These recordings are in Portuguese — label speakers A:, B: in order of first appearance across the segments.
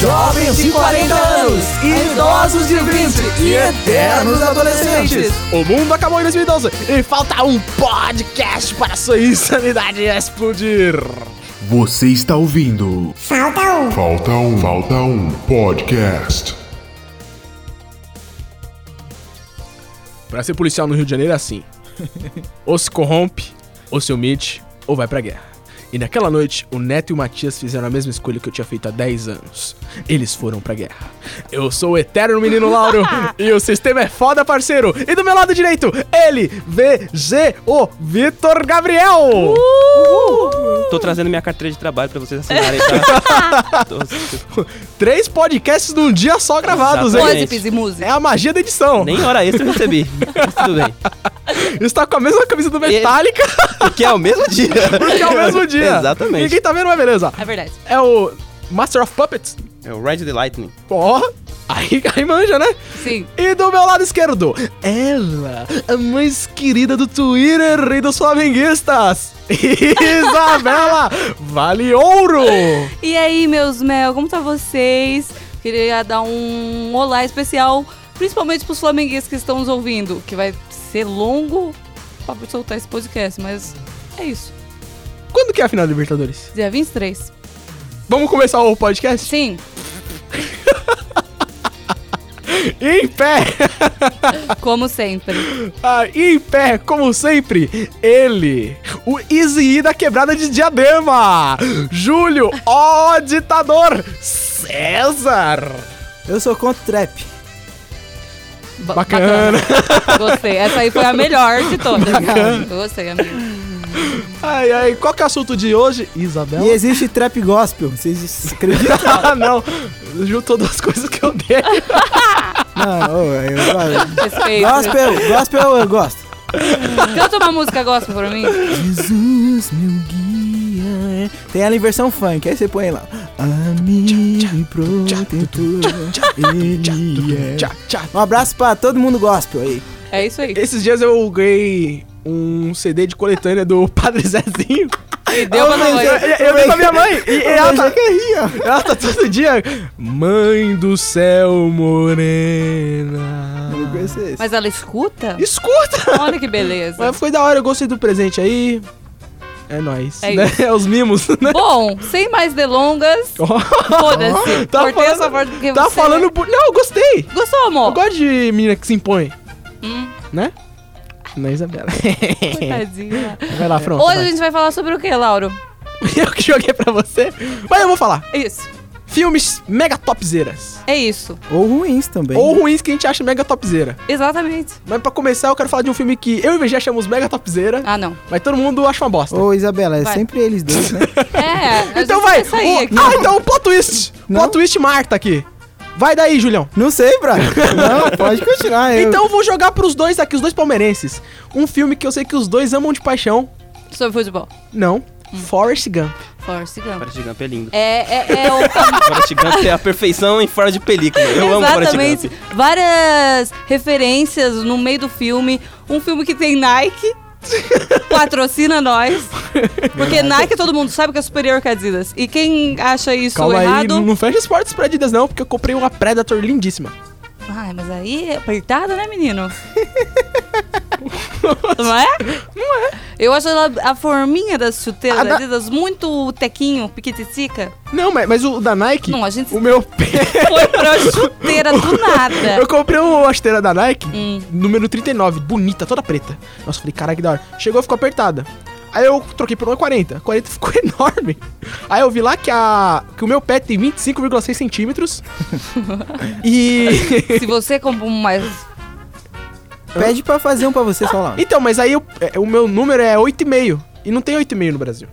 A: Jovens de 40 anos, idosos de 20 e eternos adolescentes.
B: O mundo acabou em 2012 e falta um podcast para sua insanidade explodir.
C: Você está ouvindo
D: Falta um.
E: Falta um, falta um podcast.
B: Pra ser policial no Rio de Janeiro é assim: ou se corrompe, ou se omite, ou vai pra guerra. E naquela noite, o Neto e o Matias fizeram a mesma escolha que eu tinha feito há 10 anos. Eles foram pra guerra. Eu sou o eterno menino Lauro e o sistema é foda, parceiro. E do meu lado direito, ele, VG, o Vitor Gabriel.
F: Uh! Tô trazendo minha carteira de trabalho pra vocês assinarem, tá? Tô- assim,
B: Três podcasts num dia só
F: Tá
B: gravados, hein?
F: Exatamente.
G: Músicas e música.
B: É a magia da edição.
F: Nem hora extra eu recebi. Mas tudo bem.
B: Está com a mesma camisa do Metallica,
F: Porque é o mesmo dia.
B: porque é o mesmo dia.
F: Exatamente.
B: Ninguém tá vendo, mas beleza.
G: É verdade.
B: É o Master of Puppets.
F: É o Ride the Lightning.
B: Ó, aí, aí manja, né?
G: Sim.
B: E do meu lado esquerdo, ela, a mais querida do Twitter e dos flamenguistas, Isabela Vale Ouro.
G: E aí, meus mel, como tá vocês? Queria dar um olá especial, principalmente pros flamenguistas que estão nos ouvindo, que vai ser longo pra soltar esse podcast, mas é isso.
B: Quando que é a final da Libertadores?
G: Dia 23.
B: Vamos começar o podcast?
G: Sim.
B: Em pé!
G: Como sempre.
B: Ah, e em pé, como sempre, ele, o Easy da quebrada de diadema, Júlio, ó ditador, César.
A: Eu sou contra o trap.
G: Ba-
B: Bacana.
G: Gostei. Essa aí foi a melhor de todas. Gostei, amigo.
B: Ai, ai, qual que é o assunto de hoje, Isabela?
A: E existe trap gospel. Vocês acreditam?
B: ah, não, juntou duas coisas que eu dei.
A: Não, Ah, ô, eu, eu,
G: Respeito.
A: gospel, gospel eu gosto.
G: Canta uma música gospel pra mim.
A: Jesus, meu guia. é- Tem ela em versão funk, aí você põe lá. Amigo e protetor, ele é.
B: Tchá, tchá.
A: Um abraço pra todo mundo gospel aí.
G: É isso aí.
B: Esses dias eu ganhei um CD de coletânea do Padre Zezinho.
G: E deu pra
A: Ô,
G: nós.
A: Zé,
B: Eu, eu dei pra minha mãe e ela tá,
A: Ih,
B: ela tá todo dia. Mãe do céu morena.
A: ó. Eu conheço esse.
G: Mas ela escuta?
B: Escuta!
G: Olha que beleza.
B: Mas foi da hora, eu gostei do presente aí. É nóis.
G: É
B: né? É os mimos, né?
G: Bom, sem mais delongas,
B: Ó,
G: foda-se.
B: Tá
G: Cortei
B: falando-
G: essa parte porque
B: tá
G: você-
B: falando. bu- Não, eu gostei!
G: Gostou,
B: Eu
G: amor?
B: gosto de menina que se impõe.
G: Hum.
B: Né? Na Isabela.
G: Coitadinha.
B: Vai lá, Fron.
G: Hoje a gente vai falar sobre o que, Lauro?
B: Eu que joguei pra você. Mas eu vou falar.
G: É Isso.
B: Filmes mega topzeiras.
G: É isso.
A: Ou ruins também.
B: Ou ruins que a gente acha mega topzera.
G: Exatamente.
B: Mas pra começar, eu quero falar de um filme que eu e o VG achamos mega topzera,
G: Ah, não.
B: mas todo mundo acha uma bosta.
A: Ô, Isabela, é
G: Vai.
A: sempre eles dois, né?
G: É, a
B: então
G: gente
B: vai!
G: sair
B: o-
G: aqui.
B: Ah, então plot twist!
A: Não?
B: Plot twist Marta aqui. Vai daí, Julião.
A: Não sei, Bra. Não, pode continuar. Eu...
B: Então eu vou jogar pros dois aqui, os dois palmeirenses. Um filme que eu sei que os dois amam de paixão.
G: Sobre futebol.
B: Não.
G: Hum.
B: Forrest Gump.
G: Force Gump.
F: Forrest Gump é lindo.
G: É, é, é o
F: Forrest Gump é a perfeição em fora de película. Eu amo Forrest
G: Exatamente.
F: Gump.
G: Várias referências no meio do filme. Um filme que tem Nike. Patrocina nós. Porque Nike todo mundo sabe que é superior que a Adidas. E quem acha isso
B: Calma aí,
G: errado.
B: não não fecha as portas pra Adidas não, porque eu comprei uma Predator lindíssima.
G: Ai, mas aí é apertada, né, menino? não é? Não é. Eu acho ela, a forminha das chuteiras
B: Ah,
G: da
B: na-
G: Adidas muito tequinho, piquititica.
B: Não, mas, mas o da Nike,
G: Não, a gente
B: o meu pé...
G: foi pra chuteira do nada.
B: Eu comprei uma esteira da Nike,
G: Hum.
B: número 39, bonita, toda preta. Nossa, falei, caraca, que da hora. Chegou, ficou apertada. Aí eu troquei por uma 40. 40 ficou enorme. Aí eu vi lá que, a, que o meu pé tem 25,6 centímetros. e.
G: Se você compra um mais.
A: Pede pra fazer um pra você só lá.
B: Então, mas aí eu- é, o meu número é 8,5. E não tem 8,5 no Brasil.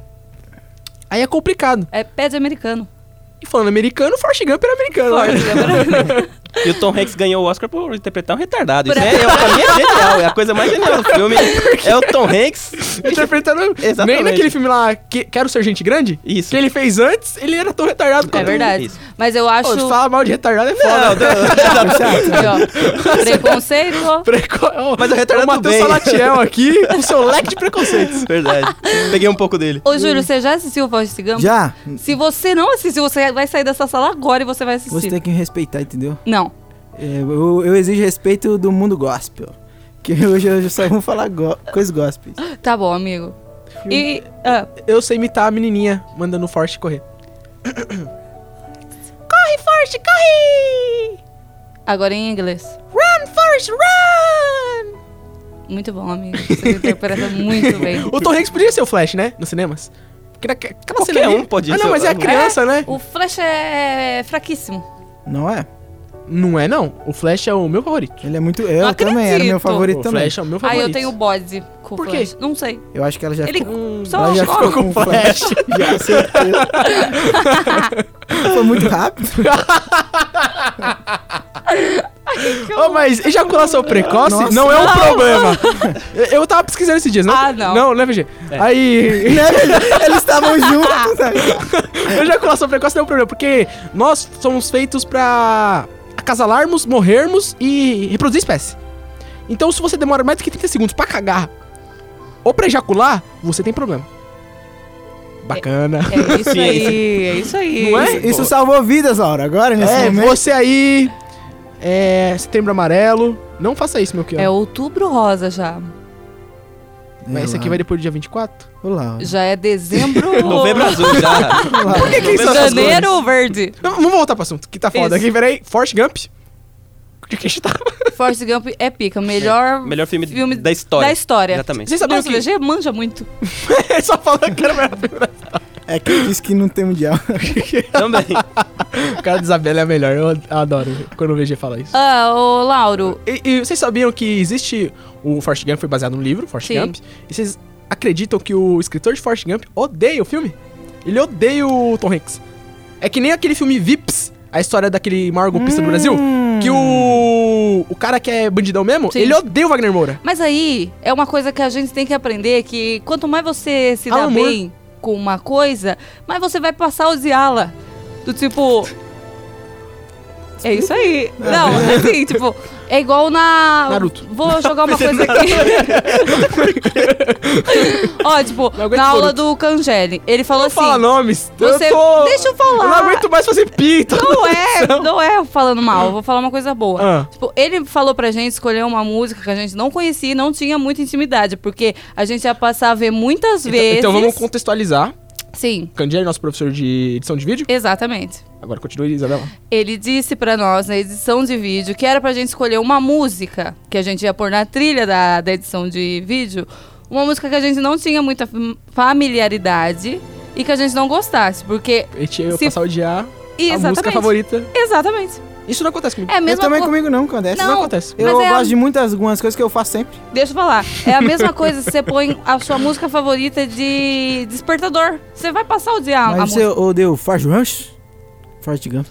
B: Aí é complicado.
G: É pé de americano.
B: E falando americano, Forrest Gump era americano.
G: Forte,
B: né?
G: né?
F: E o Tom Hanks ganhou o Oscar por interpretar um retardado. Isso é, é, pra mim é genial. É a coisa mais genial do filme. É o Tom Hanks.
B: Interpretando.
F: Exatamente.
B: Nem naquele filme lá, que, Quero Ser Gente Grande?
F: Isso.
B: Que ele fez antes, ele era tão retardado
G: É
B: quanto-
G: verdade.
F: isso.
G: Mas eu acho.
B: Pô, tu fala mal de retardado é foda.
F: Não, não, não,
G: Aqui, ó. Preconceito.
B: Preco... ó,
F: Mas o retardado
B: o Matheus
F: bem.
B: Salatiel aqui, com seu leque de preconceitos.
F: Verdade. Peguei um pouco dele.
G: Ô, Júlio, você já assistiu o Forrest Gump?
A: Já,
G: Se você não assistiu, você vai sair dessa sala agora e você vai assistir.
A: você tem que me respeitar, entendeu?
G: Não.
A: É, Eu, eu exijo respeito do mundo gospel. Que hoje eu só vou falar go coisas gospel.
G: Tá bom, amigo. E. ah,
B: Eu sei imitar a menininha mandando o Forte correr.
G: Corre, Forrest, corre! Agora em inglês. Run, Forrest, run! Muito bom, amigo. Você interpreta muito bem.
B: O Tom Hanks podia ser o Flash, né? Nos cinemas. Porque naque- aquela
F: Qualquer
B: cena ali-
F: um podia
B: Ah,
F: ser
B: não,
F: o-
B: mas é a criança,
G: É,
B: né?
G: O Flash é fraquíssimo.
A: Não é?
B: Não é, não. O Flash é o meu favorito.
A: Ele é muito. Eu
G: Não
A: também, era meu
G: acredito.
A: favorito
B: o
A: também.
B: Flash é o meu
G: Aí
B: favorito.
G: eu tenho bode com o
B: Por quê?
G: Flash. Não sei.
A: Eu acho que ela já
G: Ele
A: ficou.
G: só
A: ela já
G: corre.
A: ficou com flash. já certeza. Foi muito rápido.
B: Ô, mas ejaculação precoce
A: Nossa.
B: não é um problema. Eu tava pesquisando esses dias, não?
G: Ah, não.
B: Não, né, VG? Aí,
A: Né, velho? Eles estavam juntos, sabe?
B: ejaculação precoce não é um problema, porque nós somos feitos pra acasalarmos, morrermos e reproduzir espécie. Então, se você demora mais do que 30 segundos pra cagar ou pra ejacular, você tem problema. Bacana.
G: É isso
F: Ciência.
G: aí, é isso aí.
B: Não é?
A: Isso, isso salvou vidas, Laura, agora nesse
B: É,
A: momento.
B: você aí, é, setembro amarelo, não faça isso, meu
G: É
B: querido.
G: outubro rosa já.
B: Mas esse aqui vai depois do dia 24?
A: Ô, Laura.
G: Já é dezembro.
F: Novembro azul já.
B: Por que que isso é essas coisas?
G: Janeiro verde.
B: Não, vamos voltar pro assunto, que tá foda
G: Isso.
B: aqui, peraí. Forrest Gump. De que a gente tá...
G: Forrest Gump é pica. Melhor,
F: Melhor filme, da história.
G: Da história.
F: Exatamente.
B: Vocês sabiam
G: Nossa, o
B: que...
G: VG manja muito.
B: Ele É só falou que era o melhor filme da-
A: É que diz que não temos diálogo.
G: É
F: Também.
B: O cara de Isabela é melhor, eu adoro quando o VG fala isso.
G: Ah, ô Lauro,
B: E, e vocês sabiam que existe... O Forrest Gump foi baseado num livro, Forrest
G: Sim.
B: Gump. E vocês acreditam que o escritor de Forrest Gump odeia o filme? Ele odeia o Tom Hanks. É que nem aquele filme Vips, a história daquele maior golpista do Brasil, que o... O cara que é bandidão mesmo,
G: Hum. Sim.
B: ele odeia o Wagner Moura.
G: mas aí é uma coisa que a gente tem que aprender: que quanto mais você se
B: Ah,
G: dá
B: amor.
G: bem com uma coisa, mais você vai passar a odiá-la. Do tipo. É isso aí. Não, assim, tipo, é igual na.
B: Naruto.
G: Vou jogar uma coisa aqui. Ó, tipo,
B: Não aguento
G: na aula
B: Naruto.
G: do Cangeli. Ele falou
B: Não
G: assim.
B: fala nomes.
G: você-
B: Eu tô...
G: deixa eu falar.
B: Eu não aguento mais fazer pinta.
G: Não é, não é falando mal, eu vou falar uma coisa boa.
B: Ah.
G: Tipo, ele falou pra gente escolher uma música que a gente não conhecia e não tinha muita intimidade, porque a gente ia passar a ver muitas vezes.
B: Então vamos contextualizar.
G: Sim,
B: Candier, nosso professor de edição de vídeo.
G: exatamente.
B: Agora continue, Isabela.
G: Ele disse pra nós na edição de vídeo que era pra gente escolher uma música que a gente ia pôr na trilha da, da edição de vídeo, uma música que a gente não tinha muita fam- familiaridade e que a gente não gostasse, porque.
B: A gente ia
G: Se-
B: passar a odiar a música
G: Exatamente.
B: favorita.
G: Exatamente.
B: Isso não acontece comigo.
G: É a
A: Eu
G: mesma
A: também
G: co-
A: comigo não acontece.
B: Isso não, acontece.
A: Eu
G: Mas é a-
A: gosto de muitas algumas coisas que eu faço sempre.
G: Deixa eu falar. É a mesma coisa se você põe a sua música favorita de despertador. Você vai passar o dia a, a
A: Mas você
G: música.
A: odeia o Forrest Rush? Forrest Gump.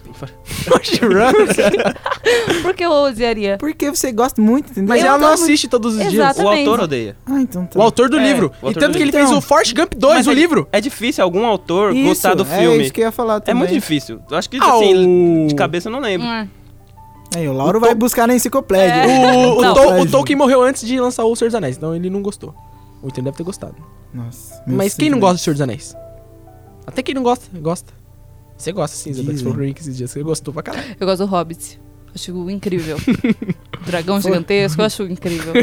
G: Porque eu odiaria.
A: Porque você gosta muito, entendeu?
B: Mas
G: Eu
B: ela não
G: tava-
B: assiste todos os dias.
G: Exato.
F: O autor odeia.
A: Ah, então tá.
B: O autor do
F: É,
B: livro.
F: o autor
B: e tanto
F: do
B: que ele
A: livro.
B: fez o
A: Então.
B: Forrest Gump 2,
F: Mas
B: o
F: é-
B: livro.
F: É difícil algum autor
A: Isso,
F: gostar do
A: É
F: filme.
A: isso que eu ia falar
F: É
A: também.
F: muito difícil. Eu acho que,
B: Ah,
F: assim,
B: o...
F: de cabeça eu não lembro.
G: Hum.
A: Aí o Lauro vai buscar na enciclopédia.
B: O, o
G: Não.
B: Tol- o
A: Flash.
B: Tolkien morreu antes de lançar O Senhor dos Anéis, então ele não gostou. O Inter deve ter gostado.
A: Nossa. meu
B: Mas quem não
A: sentimento.
B: gosta do Senhor dos Anéis? Até quem não gosta, gosta. Você gosta sim, Isabela. Você
A: Dizem.
B: falou pra mim que esses dias. Você gostou pra caralho.
G: Eu gosto do Hobbit. Acho incrível. Dragão gigantesco, eu acho incrível.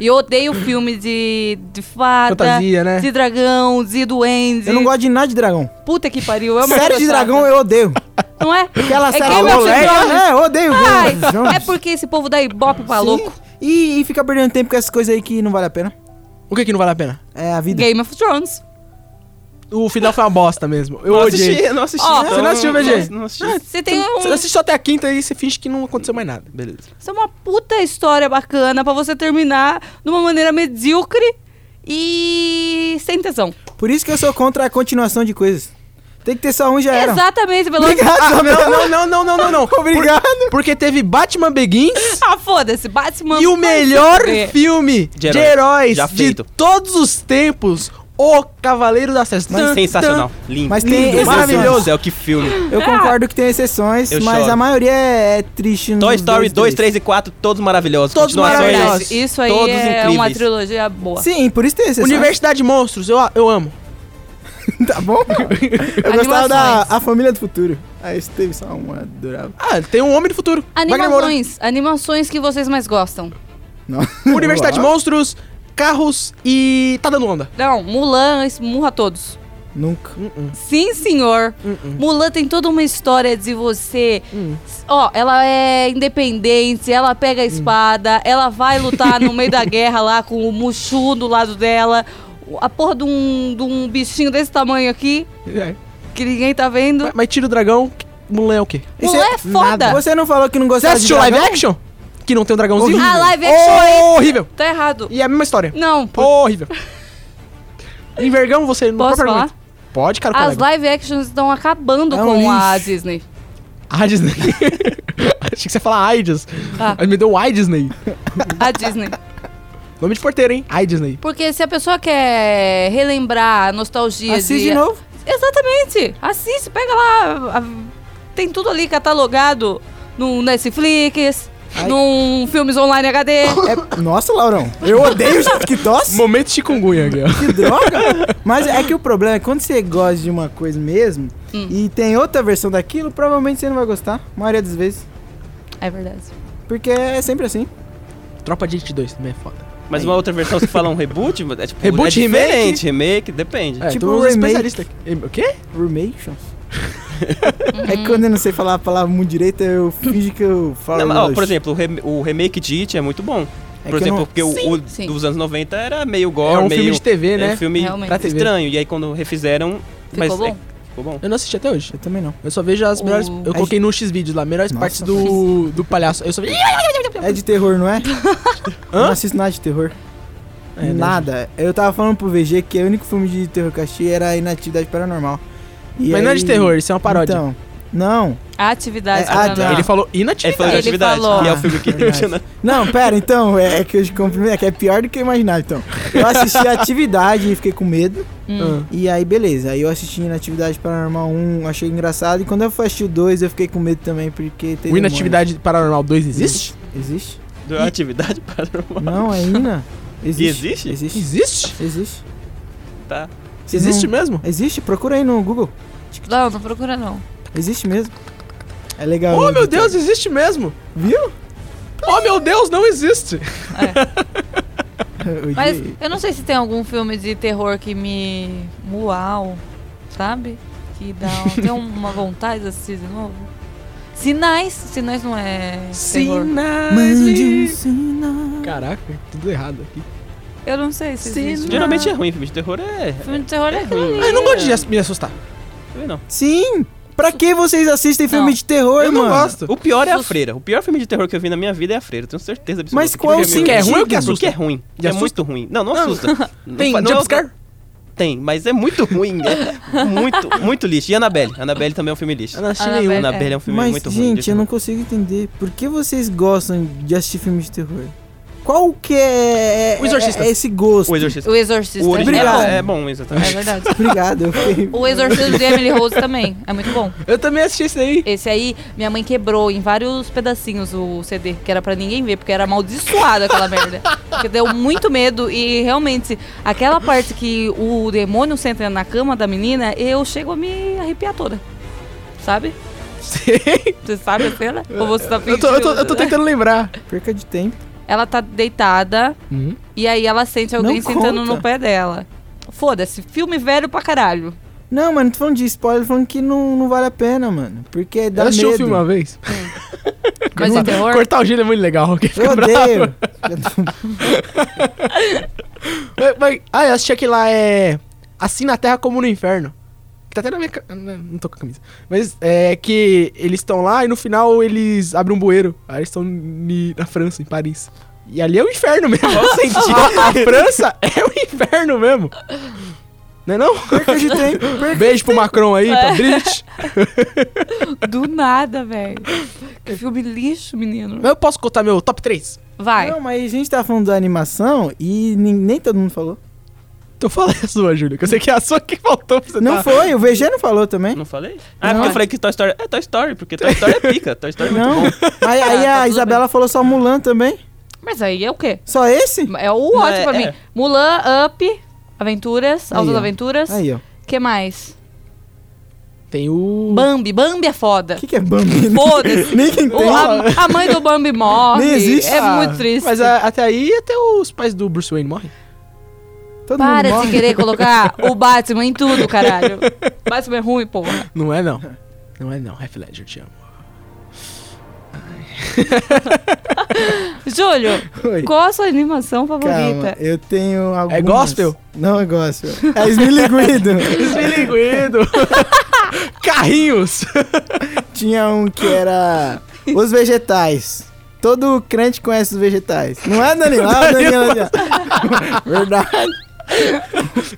G: E eu odeio filme de, de fada,
B: Fantasia, né?
G: de dragão, de duende.
A: Eu não gosto de nada de dragão.
G: Puta que pariu. Eu
A: Série de dragão eu odeio.
G: Não é?
A: Aquela
G: é
A: série
G: Game of Thrones.
A: É, eu odeio.
G: Ai,
A: Game of Thrones.
G: é porque esse povo da Ibope pra tá
A: Sim.
G: louco.
A: E, e fica perdendo tempo com essas coisas aí que não vale a pena.
B: O que que não vale a pena?
A: É a vida.
G: Game of Thrones.
B: O final foi uma bosta mesmo. Eu
F: não
B: odiei.
F: assisti, não assisti.
G: Ó,
F: então,
B: você não assistiu, VG?
F: Não, não assisti.
A: Ah,
G: Você tem um.
B: Você assiste só até a quinta e você finge que não aconteceu mais nada.
F: Beleza.
G: Isso é uma puta história bacana pra você terminar de uma maneira medíocre e sem tesão.
A: Por isso que eu sou contra a continuação de coisas. Tem que ter só um já era.
H: Exatamente, pelo menos.
A: Obrigado,
B: Ah,
A: Isabela.
B: não, não, não, não, não, não, não. Por-
A: Obrigado.
B: porque teve Batman Begins
H: Ah, foda-se, Batman.
B: e o
H: vai se
B: melhor
H: fuder.
B: filme de,
F: De herói.
B: heróis
F: Já
B: de
F: feito.
B: todos os tempos, O Cavaleiro das Trevas.
F: Mas
B: Tan,
F: sensacional. Lindo.
A: Mas tem
F: Lindo.
A: exceções.
F: Maravilhoso. É o que filme.
B: Hum,
A: Eu concordo que tem exceções,
F: Eu
A: mas
F: choro.
A: a maioria é, é triste. nos
F: Toy Story 2,
A: dois, três.
F: 3 e 4, todos maravilhosos.
B: Todos
F: Continuações
B: maravilhosos.
H: Isso aí
F: Todos
H: é
F: incríveis.
H: uma trilogia boa.
A: Sim, por isso tem exceções.
B: Universidade de Monstros, eu, eu amo.
A: Tá bom? Eu gostava da
H: Animações.
A: A Família do Futuro. Aí isso teve só uma, adorava.
B: Ah, tem um Homem do Futuro. Wagner Moura.
H: Animações. Animações que vocês mais gostam.
A: Não.
B: Hum. Universidade de Monstros, Carros e Tá Dando Onda.
H: Não, Mulan esmurra todos.
A: Nunca.
H: Sim, senhor. Mulan tem toda uma história de você. Ó, ela é independente, ela pega a espada, ela vai lutar no meio da guerra lá com o Mushu do lado dela. O- A porra de um, de um bichinho desse tamanho aqui,
B: É.
H: que ninguém tá vendo.
B: Mas, mas Tira o Dragão, Mulan é o quê?
A: Isso
H: Mulan é foda.
A: Você não falou que não
B: Você
A: gostava de
B: assistiu live
A: dragão?
B: action? Que não tem um dragãozinho?
H: A live action é
B: Oh, horrível.
H: Tá errado.
B: E é a mesma história.
H: Não, pô,
B: Oh, horrível. Envergão você no
H: posso
B: próprio
H: falar?
B: argumento. Pode, cara.
H: As
B: colega.
H: live actions estão acabando
A: É um
H: com a
A: lixo.
H: Disney.
B: A Ah, Disney. Achei que você ia falar ai Disney.
H: Ah.
B: Aí me deu ai Disney.
H: A Disney.
B: Nome de porteiro, hein? Ai Disney.
H: Porque se a pessoa quer relembrar a nostalgia
A: Assiste
H: de
A: de novo.
H: Exatamente. Assiste, pega lá. a- tem tudo ali catalogado no Netflix, num filmes online HD.
A: É- Nossa, Laurão. Eu odeio o jeito que tosse.
B: Momento chikungunya aqui, ó.
A: Que droga! Mas é que o problema é quando você gosta de uma coisa mesmo
B: Hum.
A: e tem outra versão daquilo, provavelmente você não vai gostar, a maioria das vezes.
H: É verdade.
A: Porque é sempre assim.
B: Tropa de Elite 2 também é foda.
F: Mas uma outra versão, você fala um reboot, é tipo,
B: Reboot,
F: é diferente. Remake, depende.
B: É, tipo
A: Tipo
B: um
A: remake.
B: especialista aqui. Em- O quê?
A: Rumations. é que quando eu não sei falar a palavra muito direito, eu finge que eu falo.
F: Não, mas, ó, por
A: luxo.
F: exemplo, o, rem- o remake de It é muito bom.
A: É
F: por
A: que eu
F: exemplo,
A: não-
F: porque o-
H: Sim,
F: o,
H: sim.
F: dos anos 90 era meio gore,
B: É um
F: meio...
B: filme de TV,
F: é
B: né?
F: um filme
H: Realmente.
B: Pra TV.
F: estranho. E aí quando refizeram... mas
H: bom?
F: é- ficou bom.
B: Eu não assisti até hoje.
A: Eu também não.
B: Eu só vejo as
H: O-
B: melhores. Eu coloquei no X-Vídeos lá, melhores
A: Nossa,
B: partes do, do palhaço. Eu só vi.
A: É de terror, não é? Eu Não assisto nada de terror.
B: É, né,
A: nada. Eu tava falando pro VG que o único filme de terror que eu achei era Inatividade Paranormal. E
B: Mas não é
A: aí-
B: de terror, isso é uma paródia.
A: Então, não.
H: A atividade.
A: É, a-
G: Então,
H: paranormal.
G: tá.
B: Ele falou
F: Ele falou de
B: inatividade.
H: Ele
F: atividade.
H: falou.
F: E é o filme que...
A: Verdade. Não, pera, então, é que eu te comprime- é que é pior do que eu imaginava, então. Eu assisti a atividade e fiquei com medo.
B: Ah.
H: Hum.
A: E aí, beleza. Aí eu assisti Inatividade Paranormal 1, achei engraçado. E quando eu fui assistir o 2, eu fiquei com medo também, porque tem.
B: o
A: demônio.
B: Inatividade Paranormal 2 existe?
A: Existe?
F: Do atividade paranormal.
A: Não, é Ina. Existe.
F: existe?
A: Existe.
B: Existe?
A: Existe.
F: Tá.
A: Vocês não-
B: Existe mesmo?
A: Existe, procura aí no Google.
H: Não, não procura não.
A: Existe mesmo. É legal.
B: Oh
A: mesmo.
B: meu Deus, existe mesmo!
A: Viu?
B: Oh meu Deus, não existe!
A: Eu
G: Mas
A: odiei.
G: eu não sei se tem algum filme de terror que me. Uau! Sabe? Que dá um- tem uma vontade de assistir de novo. Sinais! Sinais não é. Terror.
B: Sinais.
A: Mande um
B: me-
A: sinal.
B: Caraca, tudo errado aqui.
G: Eu não sei se. existe.
F: Geralmente é ruim, filme de terror é...
G: Filme de terror é aquilo
B: Ah,
G: ali.
B: eu não gosto de ass- me assustar.
F: Eu não.
A: Sim! Pra que vocês assistem filme
G: Não.
A: de terror,
B: eu não
A: mano?
B: gosto.
F: O pior é a freira. O pior filme de terror que eu vi na minha vida é a freira. eu Tenho certeza absoluta.
A: Mas qual
F: filme
B: o
F: é
B: sentido?
F: ruim ou que assusta? Que é ruim.
B: E
F: é
B: assusta?
F: muito ruim. Não, não assusta. Não
B: Tem
F: fa- não é o-
B: jumpscare?
F: Tem, mas é muito ruim. É muito, muito lixo. E Annabelle? Annabelle também é um filme lixo.
B: Eu não assisti
G: Annabelle.
B: nenhum.
F: Annabelle é um filme
A: Mas,
F: muito ruim.
A: gente,
F: de
A: eu não
F: terror.
A: consigo entender. Por que vocês gostam de assistir filme de terror? Qual que é,
B: O Exorcista.
A: é esse gosto?
F: O Exorcista.
H: O Exorcista.
F: O original
A: Obrigado.
F: é bom,
G: É
F: exatamente.
G: verdade.
A: Obrigado, eu fiquei...
G: O Exorcismo de Emily Rose também. É muito bom.
B: Eu também assisti isso aí.
G: Esse aí, minha mãe quebrou em vários pedacinhos o CD, que era pra ninguém ver, porque era amaldiçoada aquela merda. Porque deu muito medo e realmente, aquela parte que o demônio senta na cama da menina, eu chego a me arrepiar toda. Sabe? Você sabe a cena? Ou você tá
B: Eu tô, eu tô- eu tô
G: fingindo?
B: tentando lembrar.
A: Perca de tempo.
G: Ela tá deitada
B: Uhum.
G: e aí ela sente alguém
A: Não
G: sentando
A: conta.
G: no pé dela. Foda-se, filme velho pra caralho.
A: Não, mano, não tô falando de spoiler, tô falando que não, não vale a pena, mano. Porque dá
B: Ela assistiu o
A: medo.
B: um filme uma vez.
G: Mas de terror?
B: Cortar o gelo é muito legal. ok?
A: Eu
B: Fica bravo.
A: odeio.
B: Mas- mas- ah, eu assisti aquele lá, é. Assim na Terra como no Inferno. Que tá até na minha. ca- Não não tô com a camisa. Mas é que eles estão lá e no final eles abrem um bueiro. Aí eles estão ni- na França, em Paris. E ali é o inferno mesmo. Qual sentido? a França é o inferno mesmo. Não é não?
A: Perca de tempo. Perca...
B: Beijo pro Macron aí, pra Brit.
H: Do nada, velho. Que filme lixo, menino.
B: Mas eu posso contar meu top 3?
H: Vai.
A: Não, mas a gente tá falando da animação e nem, nem todo mundo falou.
B: Então fala a sua, Júlio, que eu sei que é a sua que faltou pra você
A: Não
B: tá-
A: foi, o VG não falou também.
F: Não falei? Ah,
A: Não.
F: porque eu falei que Toy Story. É Toy Story, porque Toy Story é pica. Toy Story é muito
A: Não.
F: bom.
A: Aí, aí
H: Ah, tá
A: a
H: tudo
A: Isabela falou só Mulan também.
G: Mas aí é o quê?
A: Só esse?
G: É o
F: Não,
G: ótimo
F: é-
G: pra mim.
F: é.
G: Mulan, Up, Aventuras,
A: Aí,
G: Altas
A: ó.
G: Aventuras.
A: Aí, ó.
G: que mais?
B: Tem o.
G: Bambi. Bambi é foda.
A: O que, que é Bambi?
G: Foda-se.
A: Ninguém
G: O-
A: entende.
G: a, a mãe do Bambi morre.
A: Nem existe.
G: É
A: Ah,
G: muito triste.
B: Mas a- até aí, até os pais do Bruce Wayne morrem.
A: Todo mundo
G: Para de
A: morre.
G: querer colocar o Batman em tudo, caralho. Batman é ruim, porra.
B: Não é não. Não é não, Half Ledger, te amo.
G: Júlio,
A: Oi.
G: qual a sua animação favorita?
A: Calma, eu tenho algumas...
B: gospel?
A: Não é gospel. É Smiliguido.
B: Desmilinguido! Carrinhos!
A: Tinha um que era os vegetais. Todo crente conhece os vegetais. Não é, Danilo? Ah, o Danilo. ali, ó. Verdade.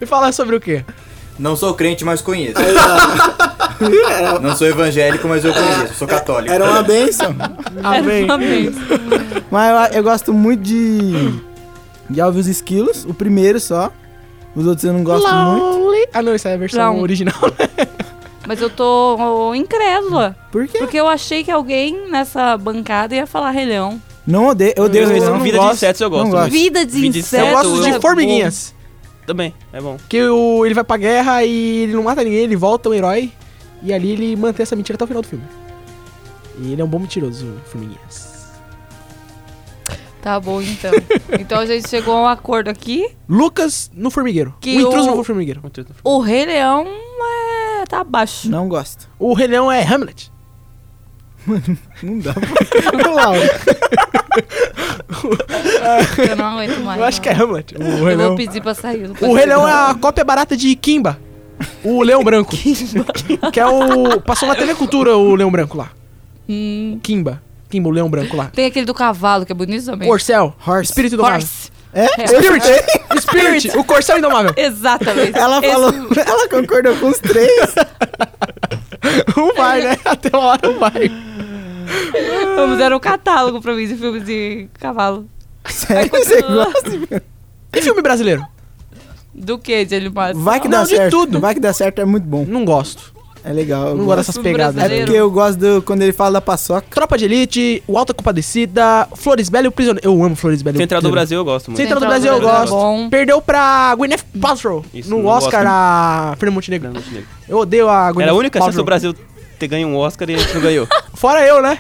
B: E falar sobre o quê?
I: Não sou crente, mas conheço. Não sou evangélico, mas eu conheço. Sou católico.
A: É. Era uma bênção.
G: É
A: Ah,
B: Amém.
G: Amém.
A: Mas eu, eu gosto muito de... Já ouvi os esquilos, o primeiro só. Os outros eu não gosto muito.
B: Lonely. Ah não, isso é a versão
G: Não.
B: original.
G: Mas eu tô incrédula.
A: Por quê?
G: Porque eu achei que alguém nessa bancada ia falar Rei Leão.
A: Não odeio, eu odeio
F: Eu-
A: os
F: eu-
A: não
F: Vida de
A: gosto.
F: Insetos eu gosto.
A: Não
B: Ah,
A: gosto.
G: Vida de
F: Vida de
G: inseto.
B: Eu gosto
G: é
B: de
G: bom.
B: Formiguinhas.
F: Também, é bom.
B: Que o, ele vai pra guerra e ele não mata ninguém, ele volta um herói. E ali ele mantém essa mentira até o final do filme. E ele é um bom mentiroso, Formiguinhas.
G: Tá bom, então. Então a gente chegou a um acordo aqui.
B: Lucas no Formigueiro.
G: Que
B: o intruso
G: o-
B: no Formigueiro.
G: O Rei Leão é... tá abaixo.
A: Não gosto.
B: O Rei Leão é Hamlet.
A: Não dá pra... Ô, Laura,
G: Eu não aguento mais.
B: Eu acho
G: não.
B: que é Hamlet. O Rei
G: Eu
B: Leão.
G: vou pedir pra sair. não pode
B: O Rei
G: ser.
B: Leão é a cópia barata de Kimba. O Leão Branco. que é o. Passou na TV Cultura o Leão Branco lá. é-
G: Hum,
B: Kimba. Kimba, o Leão Branco lá.
G: tem aquele do cavalo, que é bonito também.
B: Corcel.
A: Horse.
B: Espírito do Mar.
G: Horse. É.
A: É? Eu
B: Spirit! Spirit! O Corcel Indomável.
G: Exatamente.
A: Ela
G: Esse-
A: falou, ela concordou com os três.
B: Não vai, né? Até uma hora não vai.
G: Vamos
B: "Ah."
G: dar um catálogo pra mim de filmes de cavalo.
A: Sério, você gosta?
B: E filme brasileiro?
G: Do que de animação?
A: Vai que
B: Não,
A: dá
B: de
A: certo.
B: tudo.
A: Vai que dá certo, é muito bom.
B: Não gosto.
A: É legal. eu
B: Não
A: gosto.
B: gosto dessas pegadas. né?
A: É porque eu gosto do, quando ele fala da paçoca.
B: Tropa de Elite, O Alta Compadecida, Flores Belo e o Prisioneiro. Eu amo Flores Belo e o
F: Central do
B: Prisioneiro.
F: Brasil eu gosto muito.
B: Central do Brasil eu
G: Central do
B: gosto.
G: Brasil é bom.
B: Perdeu pra Gwyneth Paltrow
F: Isso,
B: no
F: não
B: Oscar
F: gosto.
B: a Fernanda Montenegro.
F: Não, Montenegro.
B: Eu odeio a Gwyneth
F: Era a única chance
B: Paltrow.
F: do Brasil ter ganho um Oscar e a gente não ganhou.
B: Fora eu, né?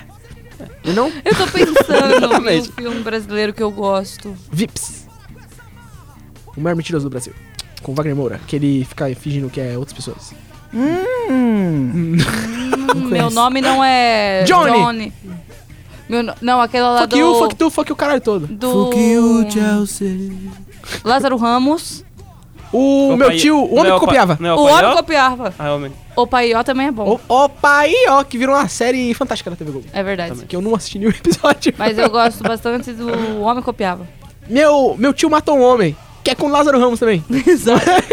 B: E não
G: Eu tô pensando em um
F: Exatamente.
G: filme brasileiro que eu gosto.
B: Vips. O maior mentiroso do Brasil. Com o Wagner Moura, que ele fica fingindo que é outras pessoas.
A: Hum.
G: Meu
A: conheço.
G: nome não é.
B: Johnny.
G: Meu no- Não, aquela lá
B: fuck
G: do.
B: you, fuck tu, fuck o caralho todo.
G: do...
A: Fuck you, Chelsea.
G: Lázaro Ramos.
B: O meu
F: pai-
B: tio, o Oh. homem
F: não é
B: que
F: pai-
B: copiava.
F: Não é
G: O
F: o pai,
G: homem
F: ó?
G: copiava.
F: Ah, é o homem.
G: O Paió também é bom.
B: O Opa aí, ó, que virou uma série fantástica na TV Globo.
G: É verdade.
B: Que eu não assisti nenhum episódio.
G: Mas eu gosto bastante do Homem Copiava.
B: Meu, meu tio matou um homem. Que é com o Lázaro Ramos também.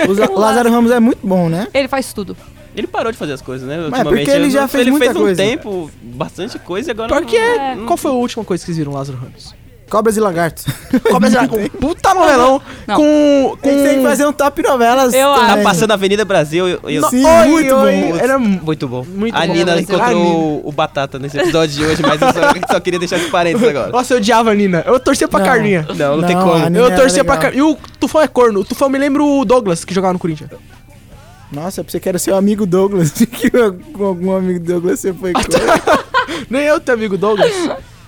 A: O Za- Lázaro Ramos é muito bom, né?
G: Ele faz tudo.
F: Ele parou de fazer as coisas,
B: é
F: né?
A: porque ele já fez
F: ele
A: muita
F: fez um
A: coisa.
F: tempo, bastante coisa e agora...
B: Pior que é.
G: É.
B: Qual foi a última coisa que vocês viram Lázaro Ramos?
A: Cobras e lagartos.
B: Cobra de Dragão. Puta novelão.
G: Não.
B: Com.
A: A gente tem que
B: com...
A: fazer um top novelas.
G: Eu
A: também.
B: é.
F: Tá passando a Avenida Brasil e... e-
B: No-
A: Sim,
B: Oi,
A: muito
B: oi,
A: bom.
B: Era muito
F: Muito bom.
B: muito
F: a
B: bom.
F: Nina
B: Lázaro.
F: encontrou o Batata nesse episódio de hoje, mas eu só, só queria deixar esse parênteses agora.
B: Nossa, eu odiava a Nina. Eu torcia pra
A: Não.
B: Carlinha.
F: Não, não, tem
A: Não, a
F: como.
A: Nina-
B: Eu
A: era
B: torcia pra
A: legal.
B: Carlinha. E o Tufão é corno. O Tufão me lembra o Douglas, que jogava no Corinthians.
A: Nossa, é eu pensei que era seu amigo Douglas. assim, que com algum amigo Douglas você foi. com-
B: Nem eu tenho amigo Douglas.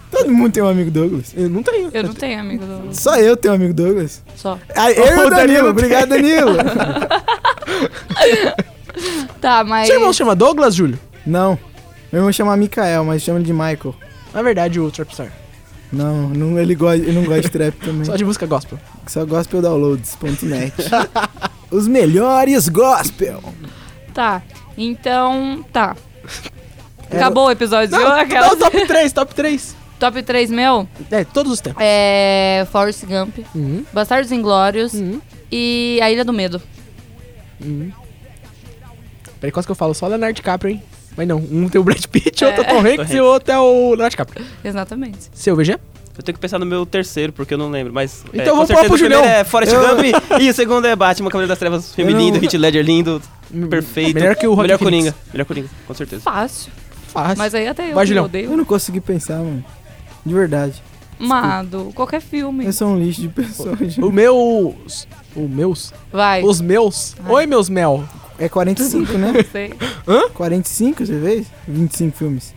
A: Todo mundo tem um amigo Douglas.
B: Eu não tenho.
G: Eu não tenho amigo do...
A: Só eu tenho um amigo Douglas.
G: Só.
A: Ah, eu e o
B: O Danilo tem.
A: Danilo. Obrigado, Danilo.
G: Tá, mas.
B: Seu irmão se chama Douglas, Júlio?
A: Não. Meu irmão chama Mikael, mas chama ele de Michael.
B: Na verdade, o Trapstar.
A: Não, não ele, gosta, ele não gosta de trap também.
B: Só de música gospel.
A: Só gospel downloads.net. Os melhores gospel.
G: Tá. Então. Tá. Acabou o episódio de hoje?
B: Não, top 3, top 3.
G: Top 3 meu
B: É, todos os tempos.
G: é. Forrest Gump,
B: Uhum.
G: Bastardos Inglórios
B: Uhum.
G: e A Ilha do Medo.
B: Peraí, quase que eu falo só Leonardo DiCaprio, hein? Mas não, um tem o Brad Pitt, outro é o Tom Hanks e o outro é o Leonardo DiCaprio.
H: Exatamente.
B: Seu VG?
F: Eu tenho que pensar no meu terceiro, porque eu não lembro, mas... é,
B: Então
F: com
B: vamos pular
F: certeza
B: pro
F: o primeiro
B: Julião.
F: é Forrest
B: Eu-
F: Gump e o segundo é Batman, Cavaleiro das Trevas, filme
B: Eu não-
F: lindo, Heath Ledger lindo, perfeito.
B: Melhor que o Joaquin
F: Melhor
B: Phoenix.
F: Coringa, melhor Coringa, com certeza.
H: Fácil.
B: Fácil.
H: Mas aí até eu
B: Vai,
H: que
B: Julião.
H: odeio.
A: Eu não consegui pensar, mano. De verdade.
H: Mado, qualquer filme.
A: Eu sou um lixo de pessoas.
B: O meus... O meus?
G: É.
H: Vai.
B: Os meus? Oi, meus mel.
A: É 45, né?
H: Sei.
A: 45, você fez? 25 filmes.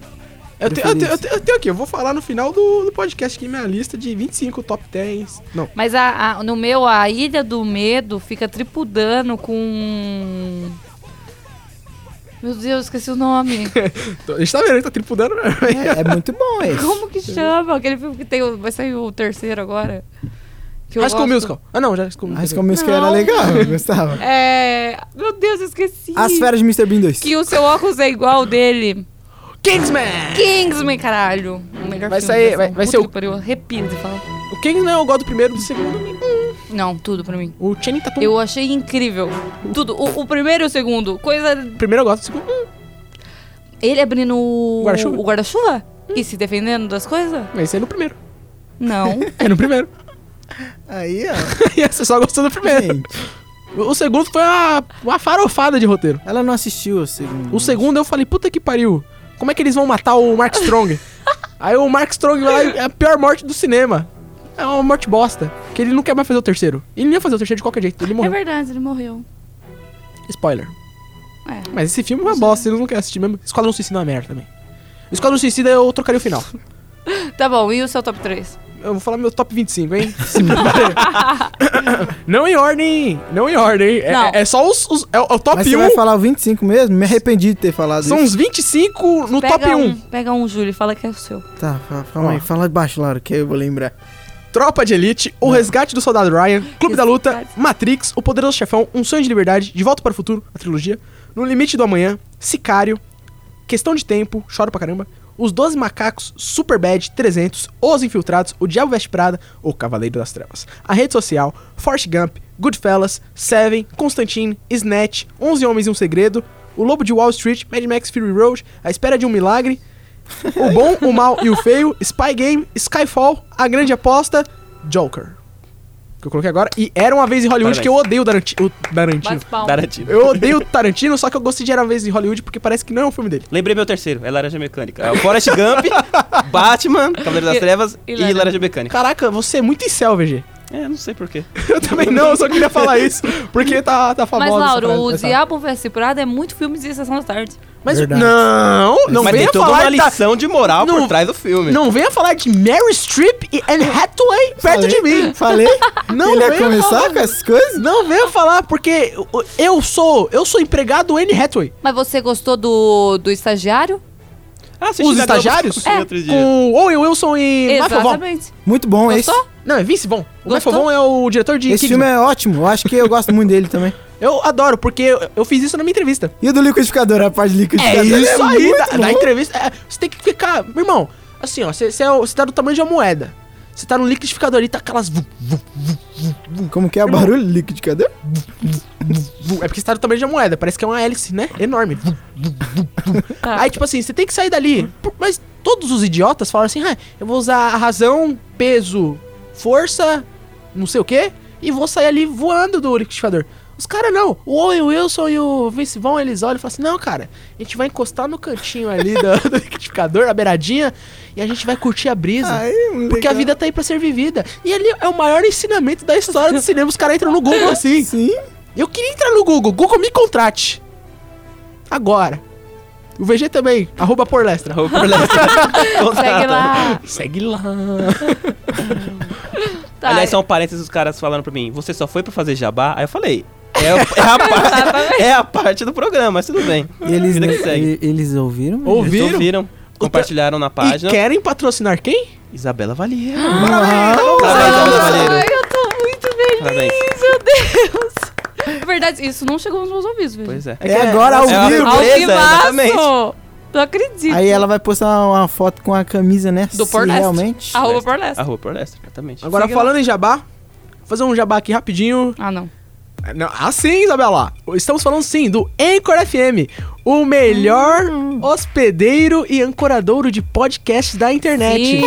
B: Eu, te, eu, te, eu,
A: Preferidos.
B: te, eu tenho aqui, eu vou falar no final do, do podcast aqui minha lista de 25 top 10. Não,
G: Mas a- a- no meu, a Ilha do Medo fica tripudando com. Meu Deus, esqueci o nome.
B: tô- a gente tá vendo, ele tá tripudando. né?
A: É, é muito bom esse.
G: Como que chama? Aquele filme que tem. o- Vai sair o terceiro agora. Que eu
B: High School
G: gosto.
B: Musical. Ah, não, já High School Musical.
A: High School Musical era
G: Não.
A: legal, eu gostava.
G: É. Meu Deus, eu esqueci.
A: As Feras de Mr. Bean 2.
G: Que o seu óculos é igual ao dele.
B: Kingsman!
G: Kingsman, caralho. O melhor
B: Vai
G: filme
B: sair-
G: dessa-
B: vai- vai
G: Puta
B: ser o-
G: que pariu, eu Arrepio de falar.
B: O Kingsman eu gosto do primeiro, do segundo.
G: Não, tudo pra mim.
B: O Channing Tatum.
G: Eu achei incrível. Tudo. O, o primeiro e o segundo. Coisa.
B: O primeiro eu gosto, o segundo... hum.
G: Ele abrindo o
B: Guarda-chuva. Hum.
G: o guarda-chuva? e se defendendo das coisas?
B: Mas esse é no primeiro.
G: Não.
B: É no primeiro.
A: Aí, ó.
B: E você só gostou do primeiro.
A: Gente,
B: O segundo foi uma, uma farofada de roteiro.
A: ela não assistiu o segundo.
B: O é segundo eu falei, puta que pariu. Como é que eles vão matar o Mark Strong? Aí o Mark Strong vai lá e é a pior morte do cinema. É uma morte bosta. Que ele não quer mais fazer o terceiro. Ele não ia fazer o terceiro de qualquer jeito. Ele
H: É
B: morreu.
H: verdade, ele morreu.
B: Spoiler.
H: É.
B: Mas esse filme é uma bosta, eles não querem assistir mesmo. Esquadrão Suicida é uma merda também. Esquadrão Suicida eu trocaria o final.
G: tá bom, e o seu top 3?
B: Eu vou falar meu top 25, hein? Se prepare. não em ordem. Não em ordem. É,
G: Não.
B: é- é só os. os- é, o- é o top
A: Mas você
B: 1.
A: vai falar o 25 mesmo? Me arrependi de ter falado
B: São
A: isso.
B: uns 25 no
G: pega
B: top Tipo, 1.
G: um, pega um, Júlio, e fala que é o seu.
A: Tá, fa- calma aí. Fala baixo, Laura, que eu vou lembrar.
B: Tropa de Elite, O Resgate do Soldado Ryan, Clube da Luta, Matrix, O Poderoso Chefão, Um Sonho de Liberdade, De Volta para o Futuro, a trilogia, No Limite do Amanhã, Sicário, Questão de Tempo, Choro pra caramba, Os Doze Macacos, Superbad, 300, Os Infiltrados, O Diabo Veste Prada, O Cavaleiro das Trevas, A Rede Social, Forrest Gump, Goodfellas, Seven, Constantine, Snatch, 11 Homens e um Segredo, O Lobo de Wall Street, Mad Max Fury Road, A Espera de um Milagre, o Bom, o Mal e o Feio, Spy Game, Skyfall, A Grande Aposta, Joker. Que eu coloquei agora. E Era Uma Vez em Hollywood,
F: Parabéns.
B: que eu odeio o Tarantino. O Tarantino.
G: Bate palma.
F: Tarantino.
B: Eu odeio o Tarantino, só que eu gostei de Era Uma Vez em Hollywood, porque parece que não é um filme dele.
F: Lembrei meu terceiro, é Laranja Mecânica. É o Forrest Gump, Batman, Cavaleiro das
G: E-
F: Trevas
G: e
F: e,
G: Laranja-
F: Laranja Mecânica.
B: Caraca, você é muito incel, VG.
F: É, não sei porquê.
B: Eu também não, eu só queria falar isso, porque tá, tá famosa.
G: Mas,
B: essa
G: Lauro,
B: frase,
G: o
B: essa-
G: Diabo Veste Prada é muito filme de Sessão da Tarde.
B: Mas
A: Verdade.
B: não, não
F: Mas tem
B: venha
F: toda uma
B: falar... que tá-
F: lição de moral
B: Não-
F: por trás do filme.
B: Não venha falar de Mary Streep e Anne Hathaway perto de mim.
A: Falei?
B: Não
A: Ele ia
B: venha
A: começar
B: falar.
A: com essas coisas?
B: Não venha falar, porque eu- eu sou, eu sou empregado Anne Hathaway.
G: Mas você gostou do, do estagiário?
F: Ah, assisti
B: Os
F: na Globo
B: estagiários?
F: outro dia.
B: Com Owen Wilson e Michael Vaughn.
G: É, Exatamente.
A: Muito bom
G: Gostou?
A: esse.
B: Não, tá é Vince Vaughn. O
G: Gostou?
B: Michael Vaughn é o diretor de
A: Esse é- filme
B: Kingsman.
A: é ótimo. Eu acho que eu gosto muito dele também.
B: Eu adoro, porque eu, eu fiz isso na minha entrevista.
A: E o do liquidificador? A parte de
B: É
A: liquidificador.
B: isso aí,
A: É muito
B: da,
A: bom.
B: da entrevista. é, você tem que ficar... Meu irmão, assim, ó, você você é, o- você tá do tamanho de uma moeda. Você tá no liquidificador e tá aquelas... vu, vu,
A: Como que é o barulho? Liquidificador?
B: vu. É porque você tá do tamanho de uma moeda, parece que é uma hélice, né? Enorme. Vu, vu, vu, vu.
G: Tá.
B: Aí, tipo assim, você tem que sair dali. Por- Mas todos os idiotas falam assim, ah, eu vou usar a razão, peso, força, não sei o quê, e vou sair ali voando do liquidificador. Os caras não. O Owen Wilson e o Vince Vaughn, eles olham e falam assim, não, cara, a gente vai encostar no cantinho ali do, do liquidificador, na beiradinha, e a gente vai curtir a brisa.
A: Ah,
B: porque a vida tá aí pra ser vivida. E ali é o maior ensinamento da história do cinema. Os caras entram no Google assim.
A: Sim.
B: Eu queria entrar no Google. Google me contrate. Agora. O VG também. Arroba Porlestra.
F: Arroba por lá.
G: Segue
B: Tá
F: Contrata.
G: lá.
B: Segue lá.
G: Tá.
F: Aliás, são parênteses, os caras falaram pra mim, você só foi pra fazer jabá? Aí eu falei, é, o- é a, par- é a parte do programa, mas tudo bem.
B: é
A: E Eles,
F: Vida que
A: ne-
F: segue.
A: e- eles ouviram? mano?
B: Ouvi- Viram?
F: Eles ouviram, compartilharam na página.
B: E querem patrocinar quem?
F: Isabela Valier.
B: Parabéns, Isabela Valier.
G: Ah, Ai, eu tô muito feliz,
F: Parabéns.
G: meu Deus. É verdade, isso não chegou nos meus ouvidos, velho.
F: Pois é.
A: É agora, ao
F: é uma
A: vivo.
F: surpresa,
G: Ao
F: exatamente.
G: vivaço! Não acredito.
A: Aí ela vai postar uma, uma foto com a camisa, né?
G: Do Ah.
A: Se
G: Pornest.
A: Realmente.
G: Arroba Porlestra.
F: Arroba por lá, exatamente.
B: Agora falando em jabá, vou fazer um jabá aqui rapidinho.
G: Ah, não.
B: Não, assim, Isabela. Estamos falando sim do Anchor FM, o melhor hospedeiro e ancoradouro de podcasts da internet.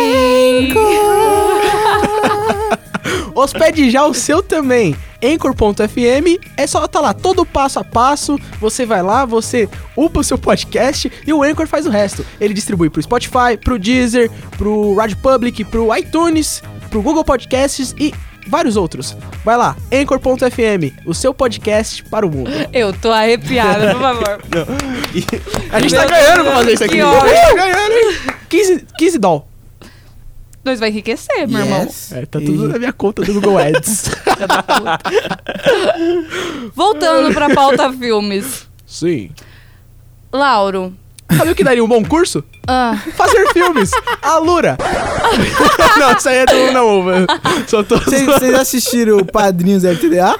B: Hospede já o seu também. Anchor.fm é só tá lá todo passo a passo. Você vai lá, você upa o seu podcast e o Anchor faz o resto. Ele distribui pro Spotify, pro Deezer, pro Radio Public, pro iTunes, pro Google Podcasts e vários outros. Vai lá, Anchor.fm, o seu podcast para o mundo.
G: Eu tô arrepiada, por favor.
B: A gente tá
G: Meu
B: ganhando pra
G: Deus,
B: fazer isso aqui.
G: que ótimo.
B: A gente tá ganhando, hein? 15, 15 doll.
G: Nós vai enriquecer, meu irmão.
A: Yes.
B: É, tá tudo na minha conta do Google Ads.
G: Voltando pra pauta filmes.
B: Sim.
G: Lauro.
B: Sabe o que daria um bom curso?
G: Ah,
B: Fazer filmes. A Lura. não, isso aí é do não, velho. Só tô...
A: Vocês vocês assistiram o Padrinhos da FTDA?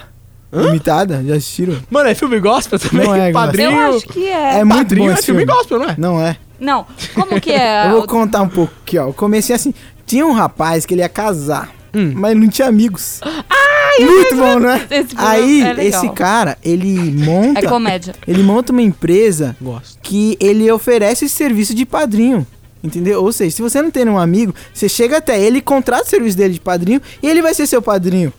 A: Limitada? Já assistiram?
B: Mano, é filme gospel também?
A: Não é gospel.
B: Padrinho...
G: eu acho que é.
A: É muito
B: Padrinho
A: bom
B: é
A: esse
B: filme
A: filme.
B: gospel, não é?
A: Não é.
G: Não, como que é?
A: Eu vou contar um pouco aqui, ó. Eu comecei assim. Tinha um rapaz que ele ia casar,
B: Hum.
A: mas não tinha amigos. Muito bom, né?
G: Ah, esse filme
A: Aí,
G: é legal.
A: esse cara, ele monta.
G: É comédia.
A: Ele monta uma empresa
B: Gosto.
A: que ele oferece esse serviço de padrinho. Entendeu? Ou seja, se você não tem um amigo, você chega até ele, contrata o serviço dele de padrinho e ele vai ser seu padrinho.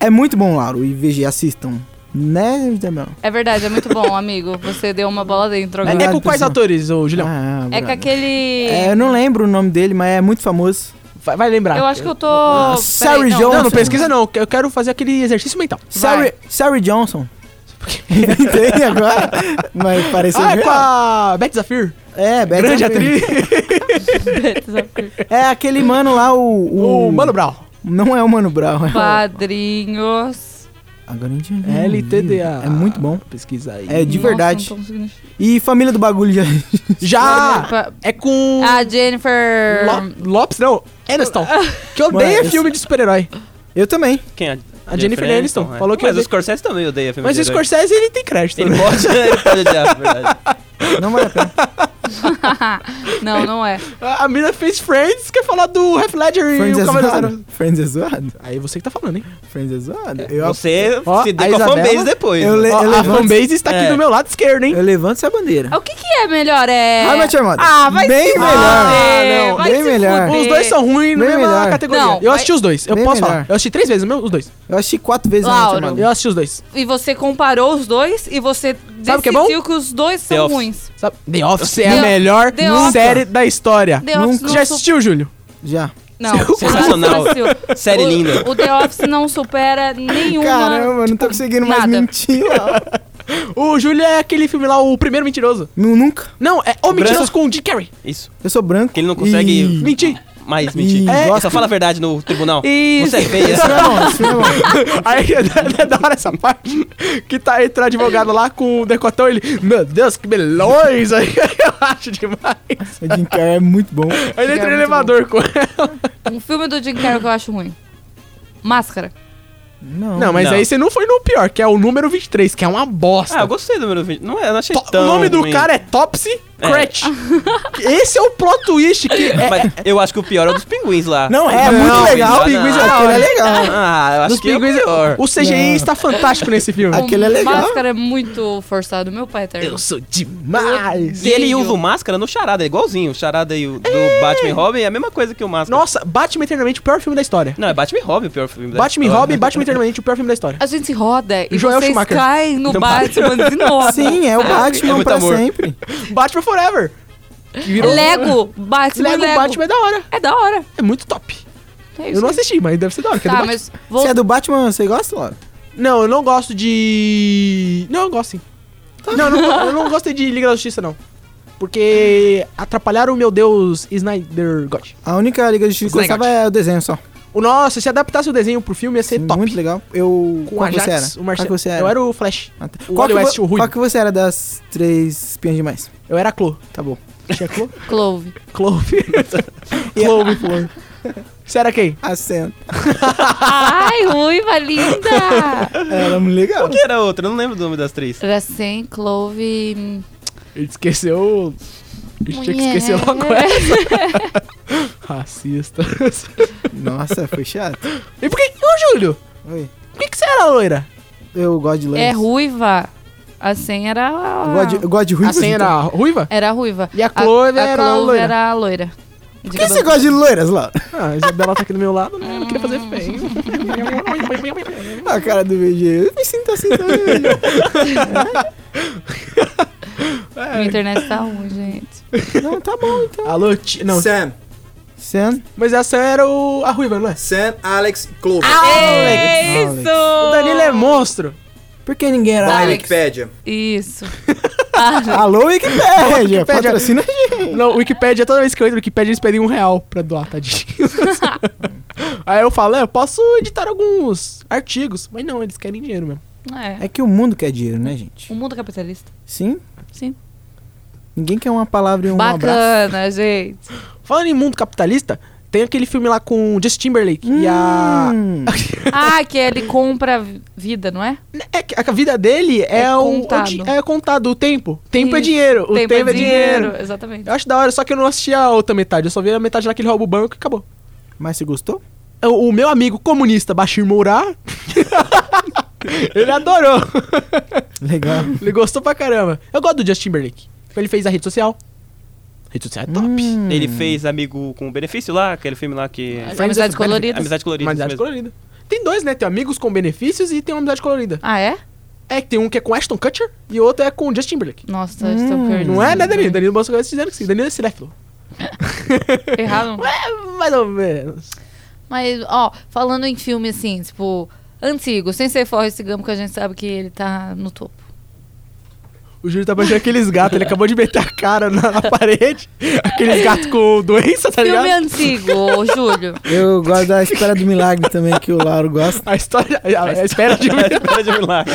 A: É muito bom, Lauro, e VG, assistam. Né, Isabel?
G: É verdade, é muito bom, amigo. Você deu uma bola dentro
B: É,
G: agora.
B: é
A: Obrigado,
B: com quais
A: pessoal.
B: atores, ô, Julião?
A: Ah,
G: É
A: obrigado.
G: com aquele.
A: É, eu não lembro o nome dele, mas é muito famoso.
B: Vai, vai lembrar.
G: Eu acho que eu tô.
A: Sarah
G: Peraí, não.
A: Jones.
B: Não, não pesquisa não. Eu quero fazer aquele exercício mental.
A: Sarah, Sarah Johnson. Inventei agora, mas pareceu
B: Ah, é com
A: real.
B: a Beth Zafir.
A: É, Beth
B: grande
A: Zafir.
B: atriz.
A: É aquele mano lá, o... o-
B: o Mano Brown.
A: Não é o Mano Brown. É o...
G: Padrinhos.
A: Agora a gente... não lembra.
B: LTDA.
A: Hum, É muito bom.
B: Pesquisa aí.
A: É de
G: Nossa,
A: verdade. Ah!
G: não tô conseguindo-
A: E Família do Bagulho já...
B: Já!
G: Pa-
B: É com...
G: A Ah, Jennifer.
B: Lo- Lopes, não. Aniston. Que odeia
A: Mano, é
B: filme de super-herói.
A: Eu também.
F: Quem é?
B: A Jennifer Aniston
F: é.
B: falou que
F: Mas
B: odeia-
F: o Scorsese também odeia filme
B: Mas
F: de
B: o
F: herói.
B: Scorsese, ele tem crédito.
F: Ele
B: né?
F: pode, ele pode odiar, é verdade.
A: Não vale a pena.
G: não, não é.
B: A a mina fez Friends, quer falar do Half Ledger
A: Friends
B: e
A: é
B: o Cavaleiro
A: zoado.
B: Zero.
A: Friends é zoado.
B: Aí você que tá falando, hein?
A: Friends é zoado. Eu,
F: Você
B: Ó,
F: se
B: a
F: deu com a
B: Isabela-
F: fanbase depois. né?
A: eu, le-
B: Ó,
A: eu
B: a
A: levanto,
B: fanbase está aqui
F: É.
B: do meu lado esquerdo, hein?
A: eu levanto essa bandeira.
G: O que que é melhor? É.
A: Ah, mas te amado.
G: Ah, vai
A: Bem
G: se
A: melhor.
G: fuder,
A: Ah, não,
G: vai
A: bem
G: se
A: melhor.
G: fuder.
B: Os dois são ruins na
A: Bem
B: mesma
A: melhor.
B: categoria.
G: Não,
B: eu
G: vai-
B: assisti os dois. Eu
A: Bem
B: posso
A: melhor. Tá
B: falar. Eu assisti três vezes meu- os dois.
A: Eu achei quatro vezes a
G: Lauro.
A: Amado.
B: Eu assisti os dois.
G: E você comparou os dois e você
B: Sabe o
G: decidiu
B: que é
G: os dois são
F: The Office.
G: ruins.
B: Sabe? The Office
G: The-
B: é a melhor
G: The Office.
B: série da história.
G: The Office
B: Já
G: não, su-
B: assistiu, Júlio?
A: Já.
G: não
F: Sensacional.
G: assistiu.
F: Série
G: o,
F: linda.
G: O The Office não supera nenhuma.
A: Caramba, eu não
G: tipo,
A: tô conseguindo mais
G: nada.
A: mentir, Lauro.
B: O Júlio é aquele filme lá, o primeiro mentiroso.
A: Nu- Nunca.
B: Não, é O Mentiroso
F: Branco.
B: com o Jim Carrey.
F: Isso.
A: Eu sou branco.
F: Que ele não consegue-
A: E-
B: Menti.
F: Mas
A: Ih,
F: mentir.
A: gosto.
F: É, só fala a verdade no tribunal.
B: Isso.
F: Você é feia.
A: Isso não é bom, isso não é bom.
B: Aí é da hora essa parte que tá entrando advogado lá com o decotão. Ele, meu Deus, que beleza! Aí eu acho demais.
A: O Jim Carrey é muito bom.
B: Aí ele entra no elevador com ela.
G: Um filme do Jim Carrey que eu acho ruim. Máscara.
A: Não.
B: Não, mas
F: Não.
B: aí você não foi no pior, que é o número 23, que é uma bosta.
F: Ah, eu gostei do número 20. Não é, eu não achei
B: To-
F: tão
B: o nome do
F: ruim.
B: cara é Topsy Cratch. Esse é o plot twist que é.
F: Mas eu acho que o pior é o dos pinguins lá.
A: Não, é muito legal.
F: não,
A: Pinguins é
F: não.
A: Aquele é legal.
F: Ah, eu acho
B: Dos
F: que
B: pinguins,
F: é o pior.
B: o CGI
A: Não.
B: está fantástico nesse filme.
A: Aquele é legal.
G: Máscara é muito forçado. Meu pai tá
B: Eu sou demais.
F: E ele usa o máscara no Charada, é igualzinho. O Charada e o do Batman e Robin é a mesma coisa que o máscara.
B: Nossa, Batman Eternamente, o pior filme da história.
F: Não, é Batman e Robin o pior filme da
B: Batman e
F: história.
B: Robin, Batman Eternamente, o pior filme da história.
G: A gente roda e
B: Joel
G: vocês
B: Schumacher. Então,
G: caem no
F: Não,
G: Batman de novo.
A: Sim, é o
F: É
A: Batman
F: muito
A: pra
F: amor.
A: sempre.
B: Batman Forever. Que virou-
G: Lego, Batman,
B: Lego
G: Lego.
B: Batman é da hora.
G: É da hora.
B: É muito top.
G: É
B: Eu
G: isso.
B: não assisti, mas deve ser da hora. que é do
G: Tá,
B: Batman.
G: mas... Vou...
A: Você é do Batman, você gosta, Lauro?
B: Não, eu não gosto de. Não, eu gosto sim. Não, eu não, go- eu não gostei de Liga da Justiça, não. Porque atrapalharam o meu Deus Snyder God.
A: A única Liga de Justiça que eu gostava é o desenho só.
B: O nossa, se adaptasse o desenho pro filme ia ser É top.
A: Muito legal. Eu.
B: Com o
A: qual que você
B: Ajax,
A: era?
B: o Marcelo.
A: Qual que você era?
B: Eu era o Flash.
A: Ah, tá.
B: o
A: qual,
B: Wally
A: que vo-
B: West, o ruivo.
A: qual que você era das três espiãs demais?
B: Eu era a Clo.
A: Tá bom.
B: Tinha Clo?
G: Clove.
B: Clove. Clove, Flor. Você era quem?
A: Assento.
G: Ai, ruiva linda.
A: Era muito legal.
B: é
F: Qual que era a outra? Eu não lembro o nome das três.
G: Era sem Clove... hum,
B: Ele esqueceu. Ele tinha que esquecer
G: mulher. É
B: logo essa. Racista.
A: Nossa, foi chato.
B: E por que. Ô, Júlio!
A: Oi.
B: Por que, que você era loira?
A: eu gosto de
H: É
A: Lance.
H: ruiva. A senha era.
A: Eu gosto de, eu gosto de ruiva.
B: A senha
A: então.
B: era ruiva?
H: Era ruiva.
B: E a Clove
H: a
B: era
H: Clove
B: loira.
H: era loira. De
A: Por que
H: cabelo-
A: você gosta de loiras, Laura?
B: Ah, a Isabela tá aqui do meu lado, né? Eu não queria fazer feio.
A: A cara do VG. Eu me sinto assim também, VG.
H: Minha internet tá ruim, gente.
A: Não, tá bom então.
B: Alô, ti... Não,
I: Sam,
A: Sam.
B: mas essa era o... a ruiva, não é?
I: Sam, Alex, Clover.
G: Ah,
H: É
A: Alex.
B: Ah, O Danilo é monstro.
A: Por que ninguém era
I: da
A: Alex?
I: Wikipédia.
H: Isso.
A: Alô, Wikipédia.
B: Wikipédia.
A: Patrocina a gente.
B: Não, o Wikipedia, toda vez que eu entro no Wikipedia, eles pedem um real pra doar, tadinho. Aí eu falo, é, eu posso editar alguns artigos. Mas não, eles querem dinheiro mesmo.
H: É.
A: É que o mundo quer dinheiro, né, gente?
G: O mundo capitalista.
A: Sim?
H: Sim.
A: Ninguém quer uma palavra e um abraço.
H: Bacana, gente.
B: Falando em mundo capitalista, tem aquele filme lá com o Justin Timberlake e a...
A: Hum.
H: Ah, que ele compra vida, não é?
B: É que a vida dele é,
H: É
B: o- o
H: contado.
B: di- é contado, o tempo. Tempo é
H: Isso.
B: dinheiro, o tempo, é dinheiro.
H: Exatamente.
B: Eu acho da hora, só que eu não assisti a outra metade. Eu só vi a metade lá que ele rouba o banco e acabou. É,
A: Mas você gostou?
B: O, o meu amigo comunista, Bashir Mourá, ele adorou.
A: Legal.
B: Ele gostou pra caramba. Eu gosto do Justin Timberlake. Ele fez a rede social. rede social é top.
A: Hum.
F: Ele fez Amigo com Benefício lá, aquele filme lá que...
B: é
H: As Amizades
B: Friends with
H: coloridas.
F: Amizade colorida.
B: Amizade
F: isso mesmo.
B: colorida. Tem dois, né? Tem amigos com benefícios e tem uma amizade colorida.
H: Ah, é?
B: É que tem um que é com Ashton Kutcher e o outro é com o Justin Timberlake.
H: Nossa, estou perdido.
B: Não é, né, Danilo? Danilo Bolsonaro está dizendo que sim. Danilo é cinéfilo.
H: Errado.
B: É, mais ou menos.
G: Mas, ó, falando em filme assim, tipo, antigo, sem ser Forrest Gump, que a gente sabe que ele tá no topo.
B: O Júlio tá parecendo aqueles gatos. Ele acabou de meter a cara na, na parede. Aqueles gatos com doença, tá
G: filme
B: ligado?
G: antigo, ô, Júlio.
A: Eu gosto da Espera do Milagre também, que o Lauro gosta.
B: A história... A, a espera de...
F: Espera de milagre.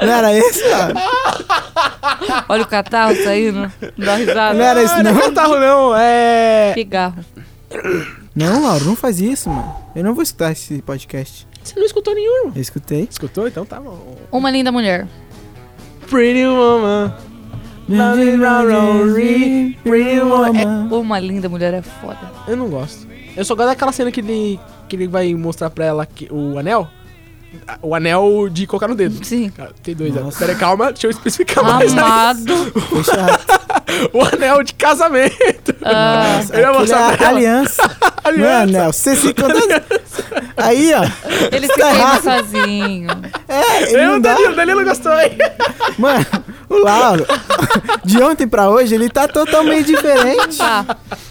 A: Não era esse, Lauro?
H: Olha o catarro saindo. Dá risada.
A: Não era esse,
B: Não é
A: não?
B: catarro, não. É...
H: Pigarro.
A: Não, Lauro, não faz isso, mano. Eu não vou escutar esse podcast.
B: Você não escutou nenhum, irmão.
A: Eu escutei.
B: Escutou? Então tá bom.
G: Uma linda mulher.
B: Pretty woman. Pretty woman.
H: Uma linda mulher é foda.
B: Eu não gosto. Eu só gosto daquela cena que ele, que ele vai mostrar pra ela que, o anel. A- O anel de colocar no dedo.
H: Sim.
B: Cara, Tem dois anos.
A: Nossa.
B: Pera aí, calma, deixa eu especificar mais.
H: Amado.
B: É.
A: Foi chato.
B: O anel de casamento.
H: Ah,
A: Nossa,
B: Eu ia
A: aquilo
B: mostrar
A: é
B: pra ela.
A: aliança. Não é
B: Aliás,
A: anel. Você se conta... Aí, ó.
H: ele
B: Tá
H: se queima sozinho.
A: É, ele
B: eu,
A: não dá.
B: Danilo, Danilo gostou, hein?
A: Mano, o Lauro, de ontem pra hoje, ele tá totalmente diferente.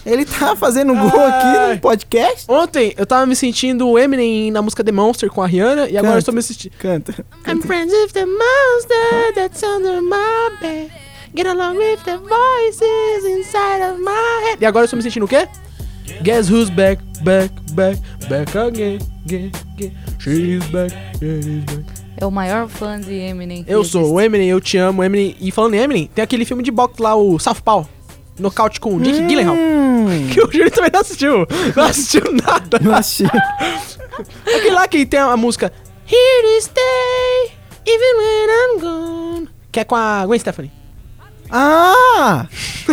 A: Ele tá fazendo gol aqui
B: Ai.
A: no podcast.
B: Ontem eu tava me sentindo o Eminem na música The Monster com a Rihanna e agora
A: Canta.
B: eu estou me assistindo.
A: Canta.
B: I'm friends with the monster that's under my bed. Get along with the voices inside of my head. E agora eu estou me sentindo o quê? Guess who's back, back, back, back again, again, again. She's back, yeah, she's back.
H: É o maior fã de Eminem. que
B: Eu sou
H: existe.
B: o Eminem, eu te amo, Eminem. E falando em Eminem, tem aquele filme de boxe lá, o Southpaw. Nocaute com o Jake Gyllenhaal.
A: Hum,
B: Que o Júlio também não assistiu. Não assistiu nada.
A: não achei.
B: Aquele lá que tem a música Here to stay, even when I'm gone. Que é com a Gwen Stephanie.
A: Ah!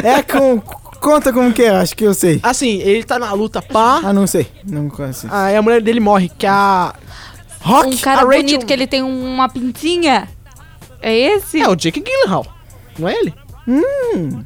A: É com. Conta como que é, acho que eu sei.
B: Assim, ele tá na luta pá.
A: Ah, não sei. Não conheço.
B: Aí a mulher dele morre, que é a. Rock,
H: Um cara
B: a Rachel-
H: bonito que ele tem
G: um-
H: uma pintinha. É esse?
B: É o Jake Gyllenhaal. Não é ele?
A: Hum.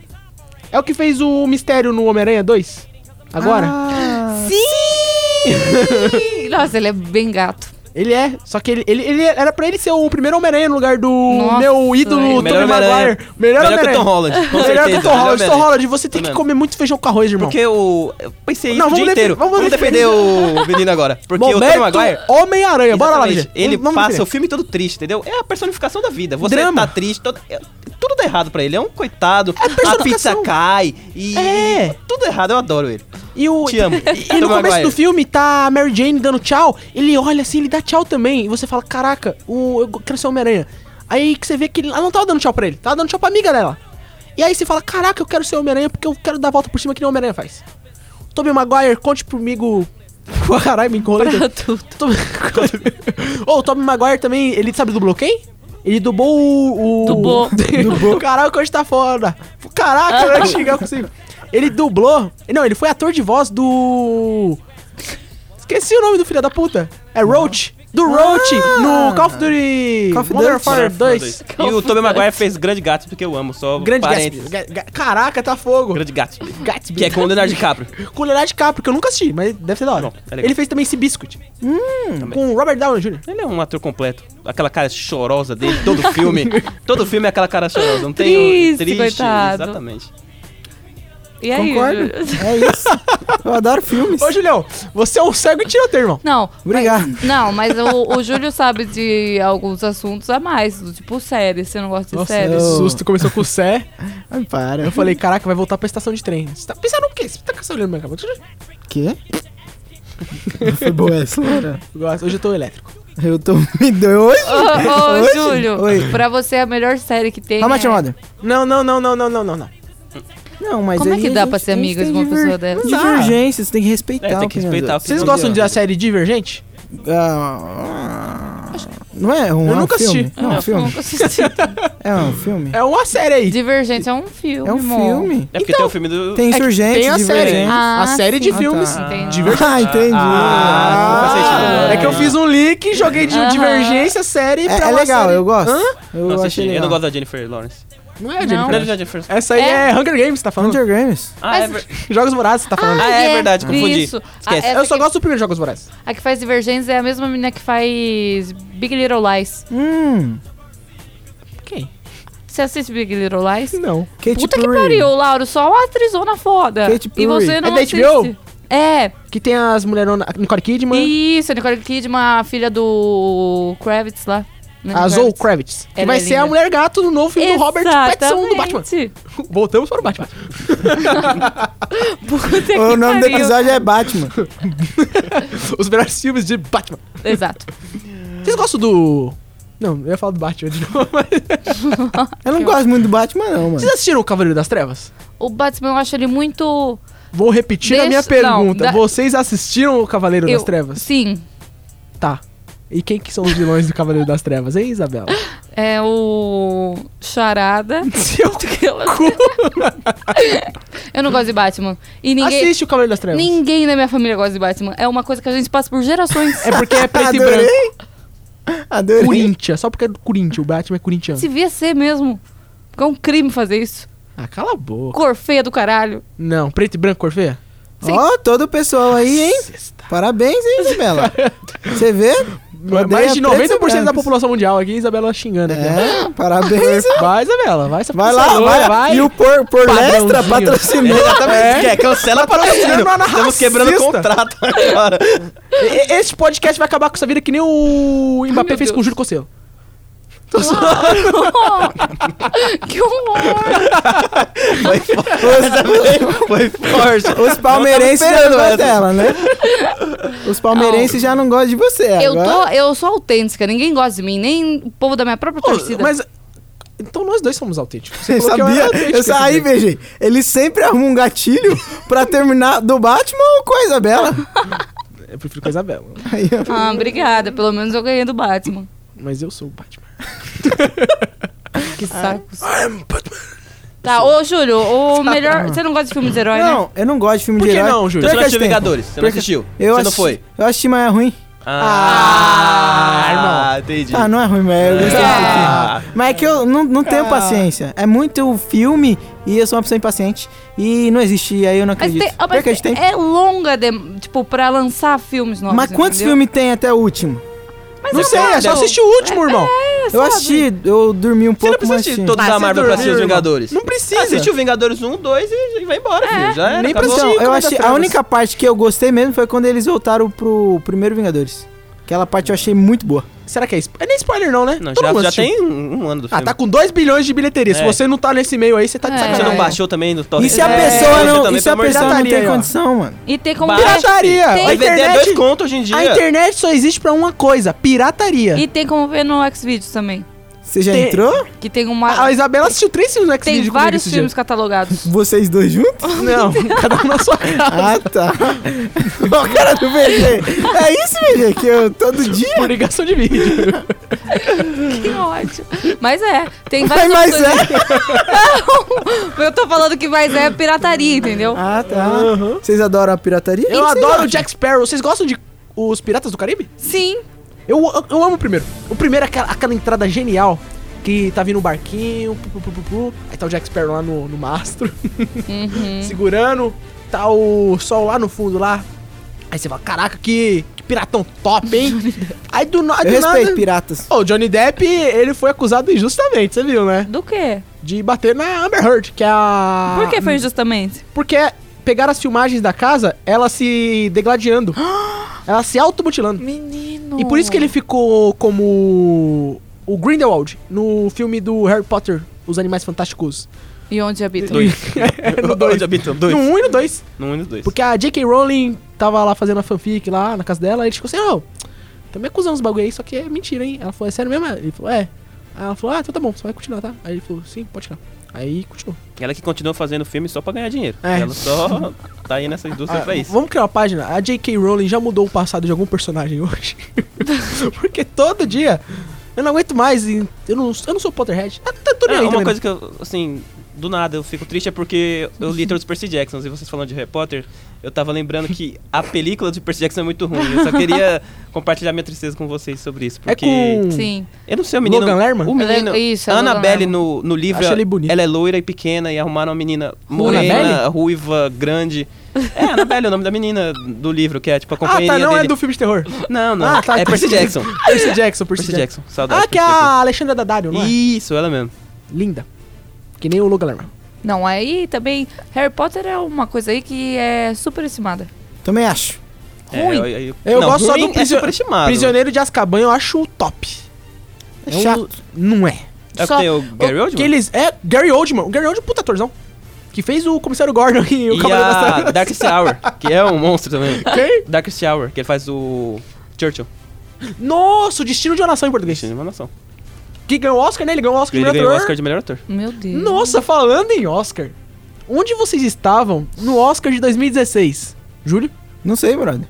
B: É o que fez o mistério no Homem-Aranha 2. Agora.
A: Ah,
H: Sim! Nossa, ele é bem gato.
B: Ele é. Só que ele, ele, ele- era pra ele ser o primeiro Homem-Aranha no lugar do
H: Nossa,
B: meu ídolo
F: Melhor
B: Tobey
F: Homem-Aranha.
B: Maguire. Melhor
F: Melhor que o Tom
B: Homem-Aranha.
F: Holland. com
B: Melhor que
F: certeza,
B: o Tom Holland. Tom
F: Homem-Aranha.
B: Holland, você tem que
F: mesmo.
B: comer muito feijão com arroz, irmão.
F: Porque o. Eu pensei isso
B: Não,
F: o
B: vamos
F: dia
B: defender-
F: inteiro.
B: vamos
F: Vamos defender o menino agora. Porque o Tobey
B: Momento
F: Maguire.
B: Homem-Aranha. Bora lá,
F: Exatamente.
B: Lígia.
F: Ele
B: Vamos
F: passa
B: defender.
F: o filme todo triste, entendeu? É a personificação da vida. Você
B: Drama.
F: tá triste, todo- é- tudo dá errado pra ele. É um coitado, a
B: personificação.
F: pizza cai e.
B: É.
F: Tudo errado, eu adoro ele.
B: E o.
F: Te amo.
B: E no
F: Tobey
B: começo
F: Maguire.
B: do filme tá a Mary Jane dando tchau. Ele olha assim, ele dá tchau também. E você fala: Caraca, o, eu quero ser Homem-Aranha. Aí que você vê que ele. Ela não tava dando tchau pra ele, tava dando tchau pra amiga dela. E aí você fala: Caraca, eu quero ser Homem-Aranha porque eu quero dar a volta por cima que nem o Homem-Aranha faz. Tobey Maguire, conte comigo. Caralho, me enrolei.
H: Pra tudo.
B: Tobey- Ô, o Tobey Maguire também, ele sabe dublou quem? Ele dublou o... o...
H: Dublou.
B: dublou. Caraca, hoje tá foda. Caraca, eu não chegar consigo. Ele dublou... Não, ele foi ator de voz do... Esqueci o nome do filho da puta. É Roach. do Roach no Call of Duty
A: Ah. Call of
B: Modern Warfare
A: Duty.
F: Modern Warfare
B: 2.
F: E o Tobey Maguire fez Grande Gatsby, porque eu amo, só
B: Grande
F: parênteses.
B: Gatsby. Ga- ga- Caraca, tá fogo.
F: Grande Gatsby.
B: Gatsby.
F: Que é com o Leonardo DiCaprio.
B: Com o Leonardo DiCaprio, que eu nunca assisti, mas deve ser da hora.
F: Bom, é legal.
B: Ele fez também esse Biscuit. Hum,
F: Também.
B: com o Robert Downey Jr.
F: Ele é um ator completo. Aquela cara chorosa dele, todo filme. todo filme é aquela cara chorosa. Não tem
G: Triste, coitado.
F: Exatamente.
G: E aí?
A: Concordo.
G: Ju-
A: É isso. Eu adoro filmes.
B: Ô, Julião, você é um cego e tiroteio, irmão.
G: Não,
A: Obrigado.
G: não, mas o, o Júlio sabe de alguns assuntos a mais, do tipo séries, você não gosta de séries.
A: eu-
B: susto. Começou com o Sé.
A: Ai, para.
B: Eu falei, caraca, vai voltar pra estação de trem. Você tá pensando o quê? Você tá caçando minha cabeça?
A: Quê? Foi boa essa, Laura.
B: Eu gosto. Hoje eu tô elétrico.
A: Eu tô me doido hoje.
G: Ô, ô,
A: Hoje?
G: Júlio,
A: Oi.
G: pra você é a melhor série que tem.
A: How much
G: é-
A: your mother?
B: Não, não, não, não, não, não, não, não.
A: Não, mas
G: Como é
A: aí
G: que dá
A: a gente-
G: pra ser
A: a gente
G: amigo
A: tem
G: de uma
A: diver-
G: pessoa dessa?
A: Não dá. Divergência, você tem que respeitar.
F: É,
A: a
F: tem que
A: opinião dos
F: respeitar o
A: outros.
F: que
B: Vocês gostam de a série Divergente?
A: Ah, não é um
B: Eu nunca
A: é um filme?
B: assisti.
A: Não, é um filme.
G: Nunca assisti.
A: É um filme.
B: É uma série aí.
G: Divergente é um filme,
A: É um
G: amor.
A: filme.
F: É porque tem o filme do.
A: Tem insurgentes,
B: Então, Tem a série.
A: divergentes.
B: A
G: Ah,
B: série de
A: sim.
B: filmes.
A: Ah,
G: Entendi.
B: Divergente.
A: Ah, entendi.
F: Ah,
A: Ah,
F: nunca assisti.
B: É que eu fiz um link, joguei de
G: Aham.
B: Divergência, série
A: é,
B: pra
A: é
B: uma
A: legal,
B: série.
A: eu gosto.
B: Hã?
A: Eu
F: Não
A: achei
F: assisti.
A: legal.
F: Eu não gosto da Jennifer Lawrence.
B: Não
G: Não.
B: é,
F: Não é
B: Jennifer.
F: da Jennifer Lawrence.
B: Essa aí é.
G: É.
B: Hunger Games, tá falando?
A: Hunger Games.
F: Ah, é,
G: Mas-
F: ver-
B: Jogos Vorazes, tá falando?
F: Ah, é verdade, confundi.
G: Isso. É,
F: Esquece.
A: é,
G: A, essa
B: eu só
G: que,
B: gosto do primeiro Jogos Vorazes.
G: a que faz Divergentes é a mesma menina que faz Big Little Lies.
A: Hum.
B: Quem?
G: Você assiste Big Little Lies?
B: Não.
A: Kate
G: Puta que
A: Perry.
G: pariu, Lauro, só uma atrizona foda.
A: Kate
G: e
A: Perry.
G: você não
B: da
G: assiste.
B: HBO?
G: É,
B: Que tem as mulheronas. Nicole Kidman.
G: isso, a Nicole Kidman, a filha do Kravitz lá. né,
B: A
G: do
B: Zoe Kravitz. Que
G: Ela
B: vai
G: é
B: ser a
G: linda.
B: mulher gato no novo filme do Robert Pattinson do Batman.
G: Exatamente.
B: Voltamos para o Batman.
G: Puta que
A: O nome do
G: pariu.
A: episódio é Batman.
B: Os melhores filmes de Batman.
G: Exato.
B: Vocês gostam do. Não, eu ia falar do Batman de novo. mas-
A: Eu não gosto muito do Batman, não, mano.
B: Vocês assistiram o Cavaleiro das Trevas?
G: O Batman, eu acho ele muito...
B: Vou repetir a minha
G: Deixa- não,
B: pergunta.
G: da-
B: Vocês assistiram o Cavaleiro
G: eu-
B: das Trevas?
G: Sim.
B: Tá. E quem que são os vilões do Cavaleiro das Trevas, hein, Isabela?
G: É o... Charada.
B: Seu
G: eu não gosto de Batman. E ninguém...
B: Assiste o Cavaleiro das Trevas.
G: Ninguém na minha família gosta de Batman. É uma coisa que a gente passa por gerações.
B: É porque é preto e
A: Adorei.
B: branco.
A: Adorei.
B: Corinthians. Só porque é do Corinthians. O Batman é corintiano.
G: Devia ser mesmo. Porque é um crime fazer isso.
B: Ah, cala a boca.
G: Cor feia do caralho.
B: Não, preto e branco, cor feia?
A: Ó, todo o pessoal aí, hein? Parabéns, hein, Isabela? Você vê?
B: Mais de 90% da
A: população.
B: população mundial aqui, Isabela xingando. aqui. né?
A: É, parabéns. hein?
B: Vai, Isabela, vai. essa
A: Vai
B: pessoa
A: lá,
B: doida,
A: vai. E o por, por
B: Padrãozinho.
A: Lestra patrocinou.
F: Exatamente. É, cancela para o Estamos quebrando o
B: é racista.
F: contrato agora.
B: E- e- Esse podcast vai acabar com essa vida que nem o Mbappé
G: meu
B: fez com o
G: Deus.
B: Júlio Cosselo.
G: que horror.
F: Foi forte.
A: Os palmeirenses já não
F: esperando
A: gostam
F: essa.
A: dela, né? Os palmeirenses já não gostam de você.
G: Eu,
A: agora.
G: tô, eu sou autêntica, ninguém gosta de mim, nem o povo da minha própria
B: Pô,
G: torcida.
B: Mas. Então nós dois somos autênticos.
A: Eu
B: falou que eu era
A: sabia?
B: autêntico
A: Eu saí,
B: esse dia.
A: VG. Ele sempre arruma um gatilho pra terminar do Batman ou com a Isabela.
B: Eu prefiro com a Isabela.
A: Aí, ó.
G: Ah, obrigada, pelo menos eu ganhei do Batman.
B: Mas eu sou o Batman.
G: Que sacos. Ah. Tá, ô Júlio, o melhor. Você não gosta de filme de herói, né?
A: Não, eu não gosto de filme
B: Por
A: de
B: que
A: herói.
B: não, Júlio?
A: Perca
F: Você não assistiu
A: esse tempo.
F: Vingadores? Você não
A: Perca-
F: assistir?
A: assim, Eu
F: Você não
A: assisti-
F: foi?
A: Eu assisti, mas é ruim.
F: Ah, entendi.
A: Ah, não é ruim, mas eu gostei desse
F: Ah.
A: filme. Mas é que eu não, não tenho paciência. É muito filme e eu sou uma pessoa impaciente. E não existe, aí eu não
G: Mas,
A: acredito.
G: tem- ah, mas
A: Perca de tempo.
G: é longa, de- tipo, pra lançar filmes novos.
A: Mas quantos
G: entendeu?
A: filmes tem até o último?
B: não sei,
G: não.
B: é só assistir o último, irmão.
G: É
A: eu assisti, eu dormi um
F: Você não
A: pouco,
F: precisa
A: mas
F: assistir
A: assisti.
F: todos
B: Ah,
F: da
B: você
F: Marvel pra assistir os
B: dormiu, irmão.
F: Vingadores.
B: Não precisa.
F: Assiste o Vingadores 1, 2 e, e vai embora, filho. Já era,
A: É, Nem pra
F: acabou.
A: então, eu achei, a
B: Comédia-Trevas.
A: única parte que eu gostei mesmo foi quando eles voltaram pro primeiro Vingadores. Aquela parte eu achei muito boa.
B: Será que é spoiler? É nem spoiler, não, né?
F: Não,
B: Todo mundo
F: já, já
B: assistiu.
F: tem um, um ano do
B: Ah,
F: filme.
B: tá com 2 bilhões de bilheteria. Se
F: É.
B: você não tá nesse meio aí, você tá de
G: É.
F: Você
B: sacanagem.
F: não baixou também no top?
A: E se a
F: É,
A: pessoa
F: hoje
A: não,
F: também, tá
A: e se a
F: pelo amor de
A: pessoa
F: Deus.
A: não tem
B: Pirataria aí, ó.
A: condição, mano?
G: E tem como. ver-
B: Pirataria!
G: Tem-
B: A
F: Vai vender
B: internet,
F: dois contos hoje em dia.
B: a internet só existe pra uma coisa: pirataria.
G: E tem como ver no Xvideos também.
A: Você já
B: Tem-
A: entrou?
G: Que tem uma.
B: A a Isabela assistiu três filmes no
G: tem
B: X-Video comigo
G: vários
B: esse dia.
G: filmes catalogados.
A: Vocês dois juntos?
B: Não, cada um na sua casa.
A: Ah, tá. Ó, o cara do VG. É isso, VG, que eu todo dia.
B: Por ligação de vídeo.
G: Que ótimo. Mas é, tem
A: Mas,
G: várias
A: mas
G: opções.
A: é.
B: é.
G: Eu tô falando que mais é pirataria, entendeu?
A: Ah, tá. Vocês adoram a pirataria?
B: Eu
A: Vocês
B: adoro o
A: acham?
B: Jack Sparrow. Vocês gostam de Os Piratas do Caribe?
G: Sim.
B: Eu, eu, eu amo o primeiro. O primeiro é aquela, aquela entrada genial. Que tá vindo um barquinho, pu, pu, pu, pu, pu, aí tá o Jack Sparrow lá no, no mastro,
G: Uhum.
B: segurando, tá o sol lá no fundo lá. Aí você fala, caraca, que, que piratão top, hein? aí do, no- aí
A: Eu
B: do nada...
A: respeito piratas.
B: Ô, o Johnny Depp, ele foi acusado injustamente, você viu, né?
G: Do quê?
B: De bater na Amber Heard, que é a...
G: Por que foi justamente?
B: Porque pegaram as filmagens da casa, ela se degladiando. ela se automutilando.
G: Menino.
B: E por isso que ele ficou como o Grindelwald no filme do Harry Potter, Os Animais Fantásticos.
G: E onde habita?
F: Dois.
B: É, no dois.
F: Onde habitam?
B: No
F: Dois.
B: 1 um e no 2.
F: No um e no dois.
B: Porque a J.K. Rowling tava lá fazendo a fanfic lá na casa dela, e ele ficou assim, ó, também acusando uns bagulho aí, só que é mentira, hein? Ela falou, é sério mesmo? Ele falou, é. Aí ela falou, ah, então tá bom, você vai continuar, tá? Aí ele falou, sim, pode continuar. Aí continuou.
F: Ela que continua fazendo filme só pra ganhar dinheiro.
B: É.
F: Ela só tá aí nessa indústria
B: Ah,
F: pra isso.
B: Vamos criar uma página. A J.K. Rowling já mudou o passado de algum personagem hoje. Porque todo dia eu não aguento mais. e Eu não, eu não sou Potterhead. Ah, tá tudo
F: É,
B: aí
F: uma
B: também.
F: coisa que eu, assim, do nada eu fico triste é porque eu li todos os Percy Jacksons e vocês falando de Harry Potter, eu tava lembrando que a película de Percy Jackson é muito ruim. Eu só queria compartilhar minha tristeza com vocês sobre isso,
B: É
F: porque...
B: com.
G: Sim.
F: Eu não sei, o menino...
B: Logan Lerman?
F: O menino...
G: Ele- isso, é
F: a
G: Logan
F: Annabelle
G: Lerman.
F: no, no livro,
B: Acho ele bonito.
F: ela é loira e pequena e arrumaram uma menina
B: Annabelle?
F: morena, ruiva, grande. É, Annabelle é o nome da menina do livro, que é tipo a
B: Ah,
F: companheirinha
B: tá, não
F: dele.
B: é do filme de terror.
F: Não, não.
B: Ah, tá,
F: é
B: tá.
F: Percy Jackson.
B: Percy Jackson, Percy,
F: Percy
B: Jackson.
F: Jackson. Saudade.
B: Ah, que é a Alexandra Daddario, não é?
F: Isso, ela mesmo.
B: Linda. Que nem o Logan Lerman.
G: Não, aí também. Harry Potter é uma coisa aí que é superestimada.
A: Também acho.
G: Ruim.
F: É, eu,
B: Eu
F: não,
B: gosto só
F: ruim
B: do
F: é
B: prisio-
F: superestimado.
B: Prisioneiro de Azkaban eu acho o top. É um-
A: Chato.
B: Não é.
F: É o que
G: Só-
F: tem o Gary
B: O- que
F: Oldman?
B: eles É, Gary Oldman. O Gary Oldman é um puta atorzão. Que fez o Comissário Gordon e o
F: E
B: Cavaleiro das
F: a
B: Trevas.
F: Darkest Hour, que é um monstro também.
B: Quem?
F: Darkest Hour, que ele faz o Churchill.
B: Nossa, o Destino de uma Nação em português.
F: Destino de uma nação.
B: Que ganhou o Oscar, né? Ele ganhou o Oscar
F: Ele
B: de
F: ganhou o
B: melhor
F: Oscar
B: ator.
F: de melhor ator.
G: Meu Deus.
B: Nossa, falando em Oscar. Onde vocês estavam no Oscar de 2016? Júlio?
A: Não sei, brother.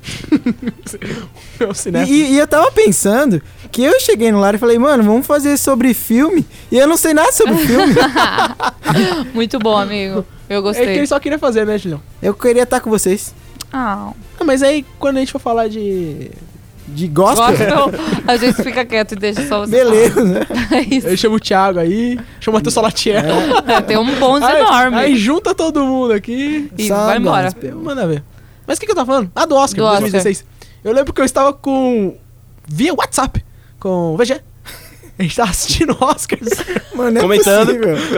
B: Meu cinema.
A: E, e eu né? tava pensando que eu cheguei no lar e falei, mano, vamos fazer sobre filme. E eu não sei nada sobre filme.
G: Muito bom, amigo. Eu
B: É que
G: gostei.
B: ele só queria fazer, né, Julião?
A: Eu queria estar com vocês.
G: Ah,
B: Ah, mas aí, quando a gente for falar de...
A: De gospel?
G: gospel. A gente fica quieto e deixa só você.
A: Beleza.
B: né?
G: falar. É isso.
B: Eu chamo o Thiago aí, chamo o Matheus Salatiel.
G: Tem um bônus
B: Aí-
G: enorme.
B: Aí junta todo mundo aqui.
G: E vai embora.
A: gospel.
B: Manda ver. Mas o que, que eu tava falando? Ah, do Oscar,
G: Do
B: 2016. Eu lembro que eu estava com. via WhatsApp com o VG. A gente tava assistindo Oscars,
A: Mano, não é
F: Comentando,
A: possível.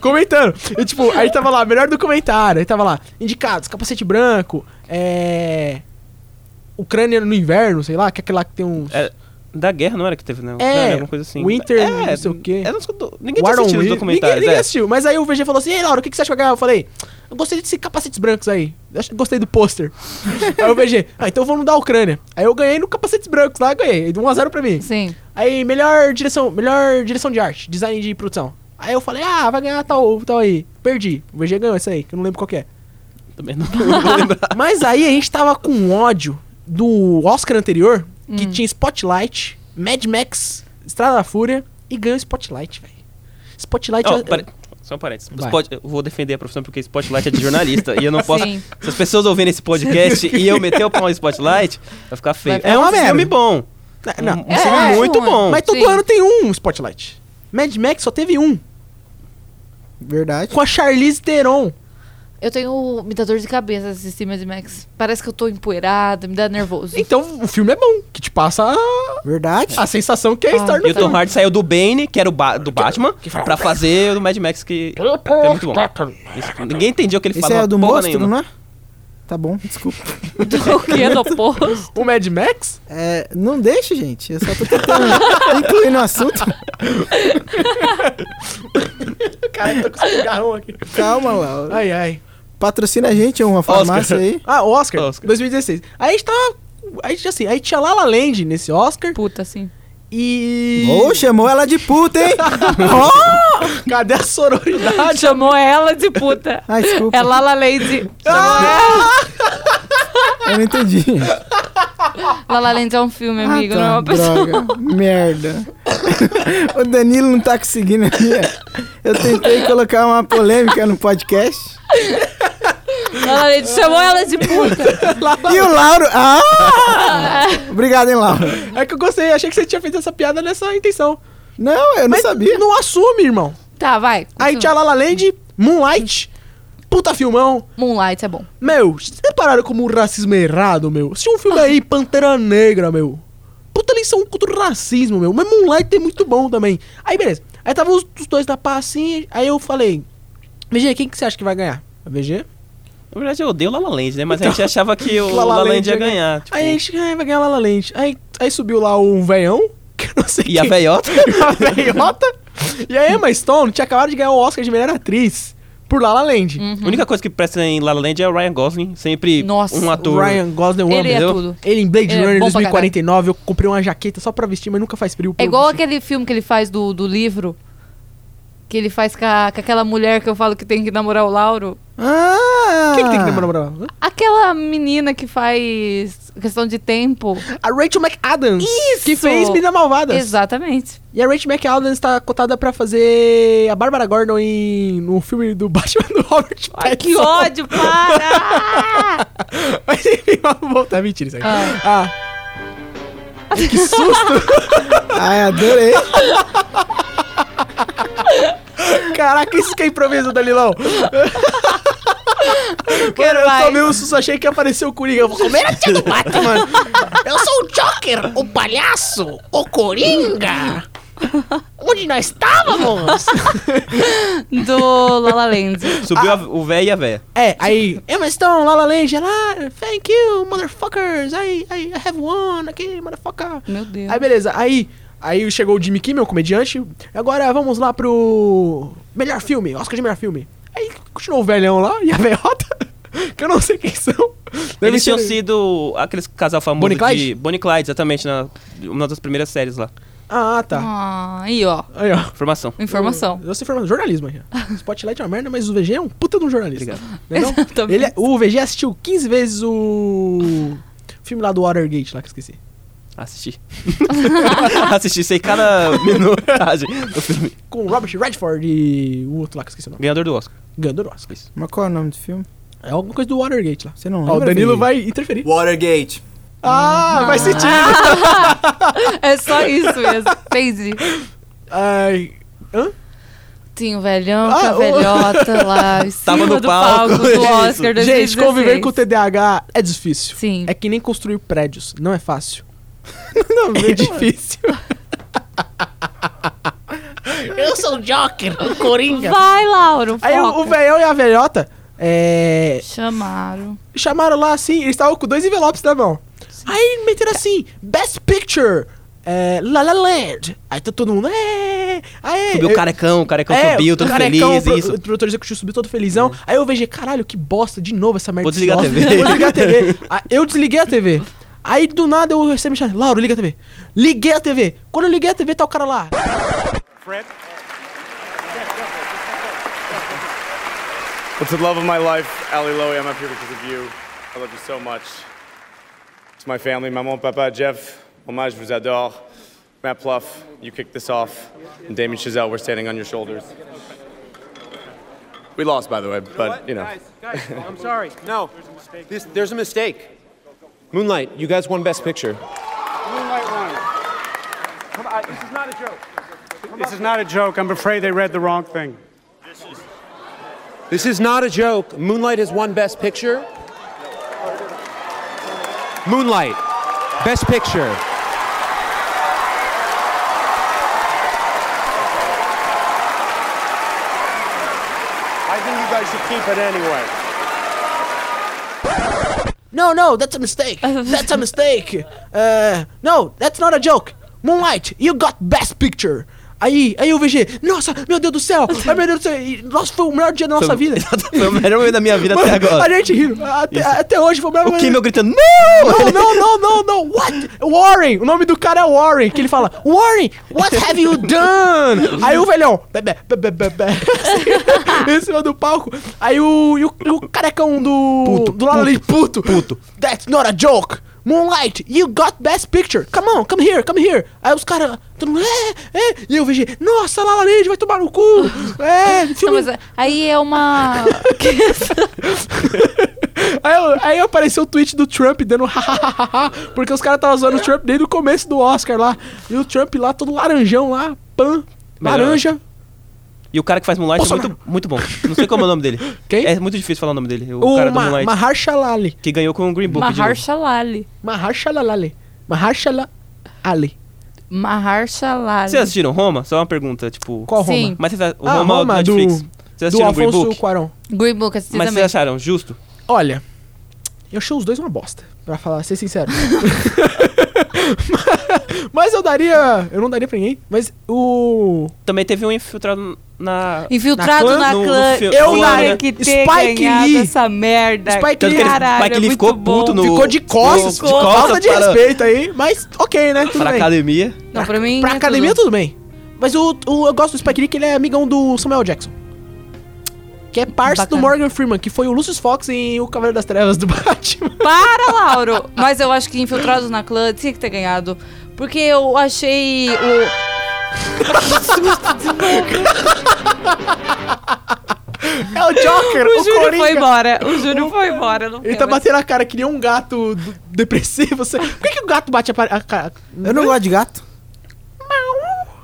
B: comentando. E tipo, aí tava lá, melhor documentário. Aí tava lá, indicados, capacete branco, é. Ucrânia no inverno, sei lá, que é aquele lá que tem um.
F: É, da guerra não era que teve, não.
B: É,
F: não, era alguma coisa assim.
B: Winter,
F: é,
B: não sei o quê.
F: É, não escutou- ninguém tinha assistido os documentários.
B: Ninguém, ninguém
F: é.
B: assistiu. Mas aí o VG falou assim: Ei, Laura, o que, que você acha que vai ganhar? Eu falei: Eu gostei desses capacetes brancos aí. Eu acho que gostei do pôster. aí o VG: Ah, então vamos dar a Ucrânia. Aí eu ganhei no capacetes brancos lá, ganhei. 1x0 pra mim.
G: Sim.
B: Aí, melhor direção, melhor direção de arte, design de produção. Aí eu falei: Ah, vai ganhar tal, tal aí. Perdi. O VG ganhou essa aí, que eu não lembro qual que é.
F: Também não, não vou lembrar.
B: Mas aí a gente tava com ódio do Oscar anterior,
F: Hum.
B: que tinha Spotlight, Mad Max, Estrada da Fúria e ganhou Spotlight, velho. Spotlight
F: Ó,
B: eu-
F: pare- Só um parênteses.
B: Vai.
F: Spot- eu vou defender a profissão porque Spotlight é de jornalista. e eu não posso.
G: Sim.
F: Se as pessoas ouvirem esse podcast e eu meter o pau no Spotlight, vai ficar feio.
A: Vai
F: é um
A: ficar uma
F: filme
A: merda.
F: bom.
B: Não,
F: Um filme
G: é,
F: muito
G: ruim.
F: bom.
B: Mas todo
G: Sim.
B: ano tem um Spotlight. Mad Max só teve um.
A: Verdade.
B: Com a Charlize Theron.
G: Eu tenho me dá dor de cabeça assistir Mad Max. Parece que eu tô empoeirada, me dá nervoso.
B: Então o filme é bom. Que te passa a,
A: Verdade.
B: a sensação
G: Ah.
B: que é estar no
F: E o Tom
B: filme.
F: Hardy saiu do Bane, que era o ba- do Batman, pra fazer o do Mad Max, que que é muito bom. Isso- ninguém entendia o que ele
A: Esse
F: falou.
A: é o do
F: porra
A: monstro,
F: nenhuma.
A: não é? Tá bom, desculpa. Então,
G: o que é do oposto?
B: O Mad Max?
A: É, não deixa, gente. Eu só tô tentando incluir no assunto.
B: Cara, eu tô com cigarrão aqui.
A: Calma, Laura.
B: Ai, ai.
A: Patrocina a gente, é uma farmácia aí.
B: Ah, o Oscar,
F: Oscar.
B: 2016. Aí a gente tava... Aí, tinha assim, aí tinha Lala Land nesse Oscar
G: Puta, sim.
B: e...
A: Ou chamou ela de puta, hein?
B: Cadê a
F: Ah,
B: sororidade?
G: Chamou ela de puta.
A: Ai, Ah, desculpa.
G: É Lala Land.
A: Eu não entendi.
G: Lala Land é um filme, amigo,
A: Ah,
G: não é uma pessoa.
A: droga. Merda. o Danilo não tá conseguindo aqui. ó. Eu tentei colocar uma polêmica no podcast.
G: Ela ele chamou ela de puta.
A: E o Lauro. Ah! Obrigado, hein, Lauro.
B: É que eu gostei, achei que você tinha feito essa piada nessa intenção.
A: Não, eu não
B: Mas
A: sabia.
B: Não assume, irmão.
G: Tá, vai.
B: Aí tinha La La Land, Moonlight, puta filmão.
G: Moonlight é bom.
B: Meu, vocês repararam como o racismo é errado, meu? Assistiu um filme
F: Ah.
B: aí, Pantera Negra, meu. Puta lição contra o racismo, meu. Mas Moonlight é muito bom também. Aí, beleza. Aí tava os, os dois da paz assim, aí eu falei... VG, quem que você acha que vai ganhar? A VG?
F: Na verdade, eu odeio o La La Land, né? Mas a gente achava que o
B: La
F: La,
B: La Land
F: Land ia
B: ia ganhar.
F: ganhar. tipo,
B: Aí a gente "Ah, vai ganhar La La Land. Aí, aí subiu lá um veião, que eu não sei
F: E a
B: quem-
F: velhota?
B: e a velhota. e a Emma Stone tinha acabado de ganhar o Oscar de melhor atriz por La La Land.
F: A única coisa que presta em La La Land é o Ryan Gosling, sempre
G: Nossa,
F: um
B: O
F: ator.
B: Ryan Gosling, eu amo
G: Ele é
B: entendeu?
G: tudo.
B: Ele em Blade
G: Ele é
B: Runner
G: bom pra
B: 2049, eu comprei uma jaqueta só pra vestir, mas nunca faz frio. pra
G: É
B: eu
G: igual
B: vestir.
G: aquele filme que ele faz do, do livro. Que ele faz com, a- com aquela mulher que eu falo que tem que namorar o Lauro.
A: Ah!
B: Quem que tem que lembrar pra lá?
G: Aquela menina que faz questão de tempo.
B: A Rachel McAdams.
G: Isso!
B: Que fez Meninas Malvadas.
G: Exatamente.
B: E a Rachel McAdams tá cotada pra fazer a Bárbara Gordon em, no filme do Batman do Robert
G: Ai, que
B: Pattinson.
G: ódio, para!
B: Mas enfim, vamos voltar. Mentira isso aqui.
G: Ah.
B: Ah. Que susto!
A: Ai, adorei.
B: Caraca, isso que é improviso, Dalilão.
G: Eu quero
B: eu
G: mais.
B: tomei um susto, achei que apareceu o Coringa. Eu vou comer a tia do Batman. Eu sou o Joker, o palhaço, o Coringa. Onde nós estávamos?
G: Do Lala Land.
F: Subiu
B: Ah.
F: a- o véio e a véia.
B: É, aí, Emma Stone, La La Land, ela, thank you, motherfuckers, I, I, I have one aqui, motherfucker.
G: Meu Deus.
B: Aí, beleza, aí, aí chegou o Jimmy Kimmel, comediante, agora vamos lá pro melhor filme, Oscar de melhor filme. Aí, continuou o velhão lá e a velhota, que eu não sei quem são. Deve
F: Eles tinham
B: ser-
F: sido aqueles casal famoso
B: Bonnie e Clyde?
F: de Bonnie e Clyde, exatamente, na uma das primeiras séries lá.
B: Ah, tá.
G: Ah, aí, ó.
B: Aí, ó.
F: Formação.
G: Informação.
B: Eu sou formando jornalismo aqui. ó. Spotlight é uma merda, mas o VG é um puta de um jornalista. Entendeu?
G: Exatamente.
B: Ele, é- o VG assistiu 15 vezes o filme lá do Watergate, lá que eu esqueci.
F: Assisti. Assisti, sei cada minutagem do filme.
B: Com o Robert Redford e o outro lá que eu esqueci o nome.
F: Ganhador do Oscar.
B: Ganhou do Oscar.
A: Mas qual é o nome do filme?
B: É alguma coisa do Watergate lá.
A: Você não lembra?
B: Ó, o Danilo
A: Vini?
B: vai interferir.
I: Watergate.
B: Ah, vai sentir.
G: É só isso mesmo. Entendi.
B: Ai. Hã?
G: Tinha o velhão,
B: Ah,
G: com a
B: o-
G: velhota lá em
F: Tava
G: cima
F: no
G: do palco,
F: palco,
G: do
F: isso.
G: Oscar 2016.
B: Gente, conviver com o TDAH é difícil.
G: Sim.
B: É que nem construir prédios. Não é fácil. não, é difícil. Eu sou o Joker, o Coringa.
G: Vai, Lauro,
B: Aí é o,
G: foca.
B: o velhão e a velhota é,
G: Chamaram.
B: chamaram lá assim, eles estavam com dois envelopes na mão. Aí meteram assim, Best Picture, é, La La Land. Aí tá todo mundo, é, aí...
F: Subiu o carecão, o carecão subiu, todo feliz,
B: pro-
F: isso.
B: É,
F: É.
B: O produtor executivo subiu todo felizão. Aí eu vejo, caralho, que bosta, de novo essa merda.
F: Vou desligar
B: desse
F: a
B: bosta.
F: TV.
B: Vou desligar a TV. Ah, eu desliguei a TV. Aí do nada eu recebi chamada, Lauro, liga a TV. Liguei a TV. Quando eu liguei a TV, tá o cara lá.
J: It's the love of my life, Ali Lowy. I'm up here because of you. I love you so much. It's my family, maman, papa, Jeff, hommage, vous adore. Matt Pluff, you kicked this off. And Damien Chazelle, we're standing on your shoulders. We lost, by the way, but you know.
K: I'm sorry. No. This, there's a mistake. Moonlight, you guys won Best Picture. Moonlight won. Come on, this is not a joke. this is not a joke. I'm afraid they read the wrong thing. This is not a joke. Moonlight has won Best Picture. Moonlight, Best Picture.
J: I think you guys should keep it anyway.
B: No, no, that's a mistake. That's a mistake. Uh, no, that's not a joke. Moonlight, you got best picture. Aí, aí o VG, nossa, meu Deus do céu, ai meu Deus do céu, e, nossa, foi o melhor dia da nossa vida.
F: Foi o melhor momento da minha vida até
B: A
F: agora.
B: gente riu, até, até hoje foi o melhor
F: O Kimmel gritando,
B: Não,
F: não!
B: não, não, não, não, what? Warren, o nome do cara é Warren, que ele fala, Warren, what have you done? Aí o velhão, bebê, bebê, bebê, em cima do palco. Aí o, e o, e o carecão do, do lado ali, puto, puto, that's not a joke. Moonlight, you got best picture. Come on, come here, come here. Aí os caras, todo mundo, é, é. E eu vejo, nossa, Lala Land vai tomar no cu. É,
G: Não,
B: filme.
G: mas aí é uma.
B: Aí, eu- aí apareceu o tweet do Trump dando hahaha, porque os caras estavam zoando o Trump desde o começo do Oscar lá. E o Trump lá, todo laranjão lá, pan,
F: Melhor.
B: laranja.
F: E o cara que faz Moonlight é
B: Bolsonaro.
F: muito, muito bom. Não sei como é o nome dele.
B: Quem?
F: É muito difícil falar o nome dele. O,
B: O
F: cara do
B: Ma-
F: Moonlight.
B: Maharshalali.
F: Que ganhou com o Green Book. de novo.
G: Maharshalali.
B: Maharshalali. Maharshalali.
G: Maharshalali.
F: Vocês assistiram Roma? Só uma pergunta, tipo...
B: Qual Roma?
G: Sim.
F: Mas vocês, a- o
B: Ah,
F: Roma,
B: Roma,
F: do
B: do-
F: Netflix. Vocês
B: Do
F: assistiram o Green
B: Alfonso
F: Book?
B: Cuarón.
G: Green Book, assisti
F: Mas
G: também.
F: vocês acharam justo?
B: Olha, eu achei os dois uma bosta, pra falar, ser sincero. mas eu daria. Eu não daria pra ninguém, mas o.
F: Também teve um infiltrado na...
G: Infiltrado
F: Na clã?
G: na
F: No- no
G: clã.
F: fi-
B: Eu
F: Clã,
G: tinha
B: né?
G: que ter
B: Spike
G: ganhado
B: Lee.
G: essa merda.
B: Spike Lee.
G: Caralho,
F: Spike Lee
G: é muito
F: ficou
G: bom.
F: puto no-
B: Ficou de costas,
F: no-
B: de
F: de costas
B: falta de
F: para-
B: respeito aí, mas ok, né? Tudo
F: Pra
B: bem.
F: academia.
G: Não, pra mim.
B: Pra
G: é
B: academia,
G: tudo.
B: tudo bem. Mas o, o- eu gosto do Spike Lee, que ele é amigão do Samuel Jackson. Que é parça do
G: Bacana.
B: Morgan Freeman, que foi o Lucius Fox em O Cavaleiro das Trevas do Batman.
G: Para, Lauro! Mas eu acho que Infiltrados na Clã tinha que ter ganhado. Porque eu achei o.
B: É o Joker,
G: O,
B: o,
G: Júlio
B: Coringa.
G: foi embora. É, O Júlio foi embora. Não
B: Ele
G: quero
B: tá
G: mais.
B: batendo a cara que nem um gato d- depressivo. Você... Por que, que o gato bate a, pa- a cara?
A: Eu não gosto de gato.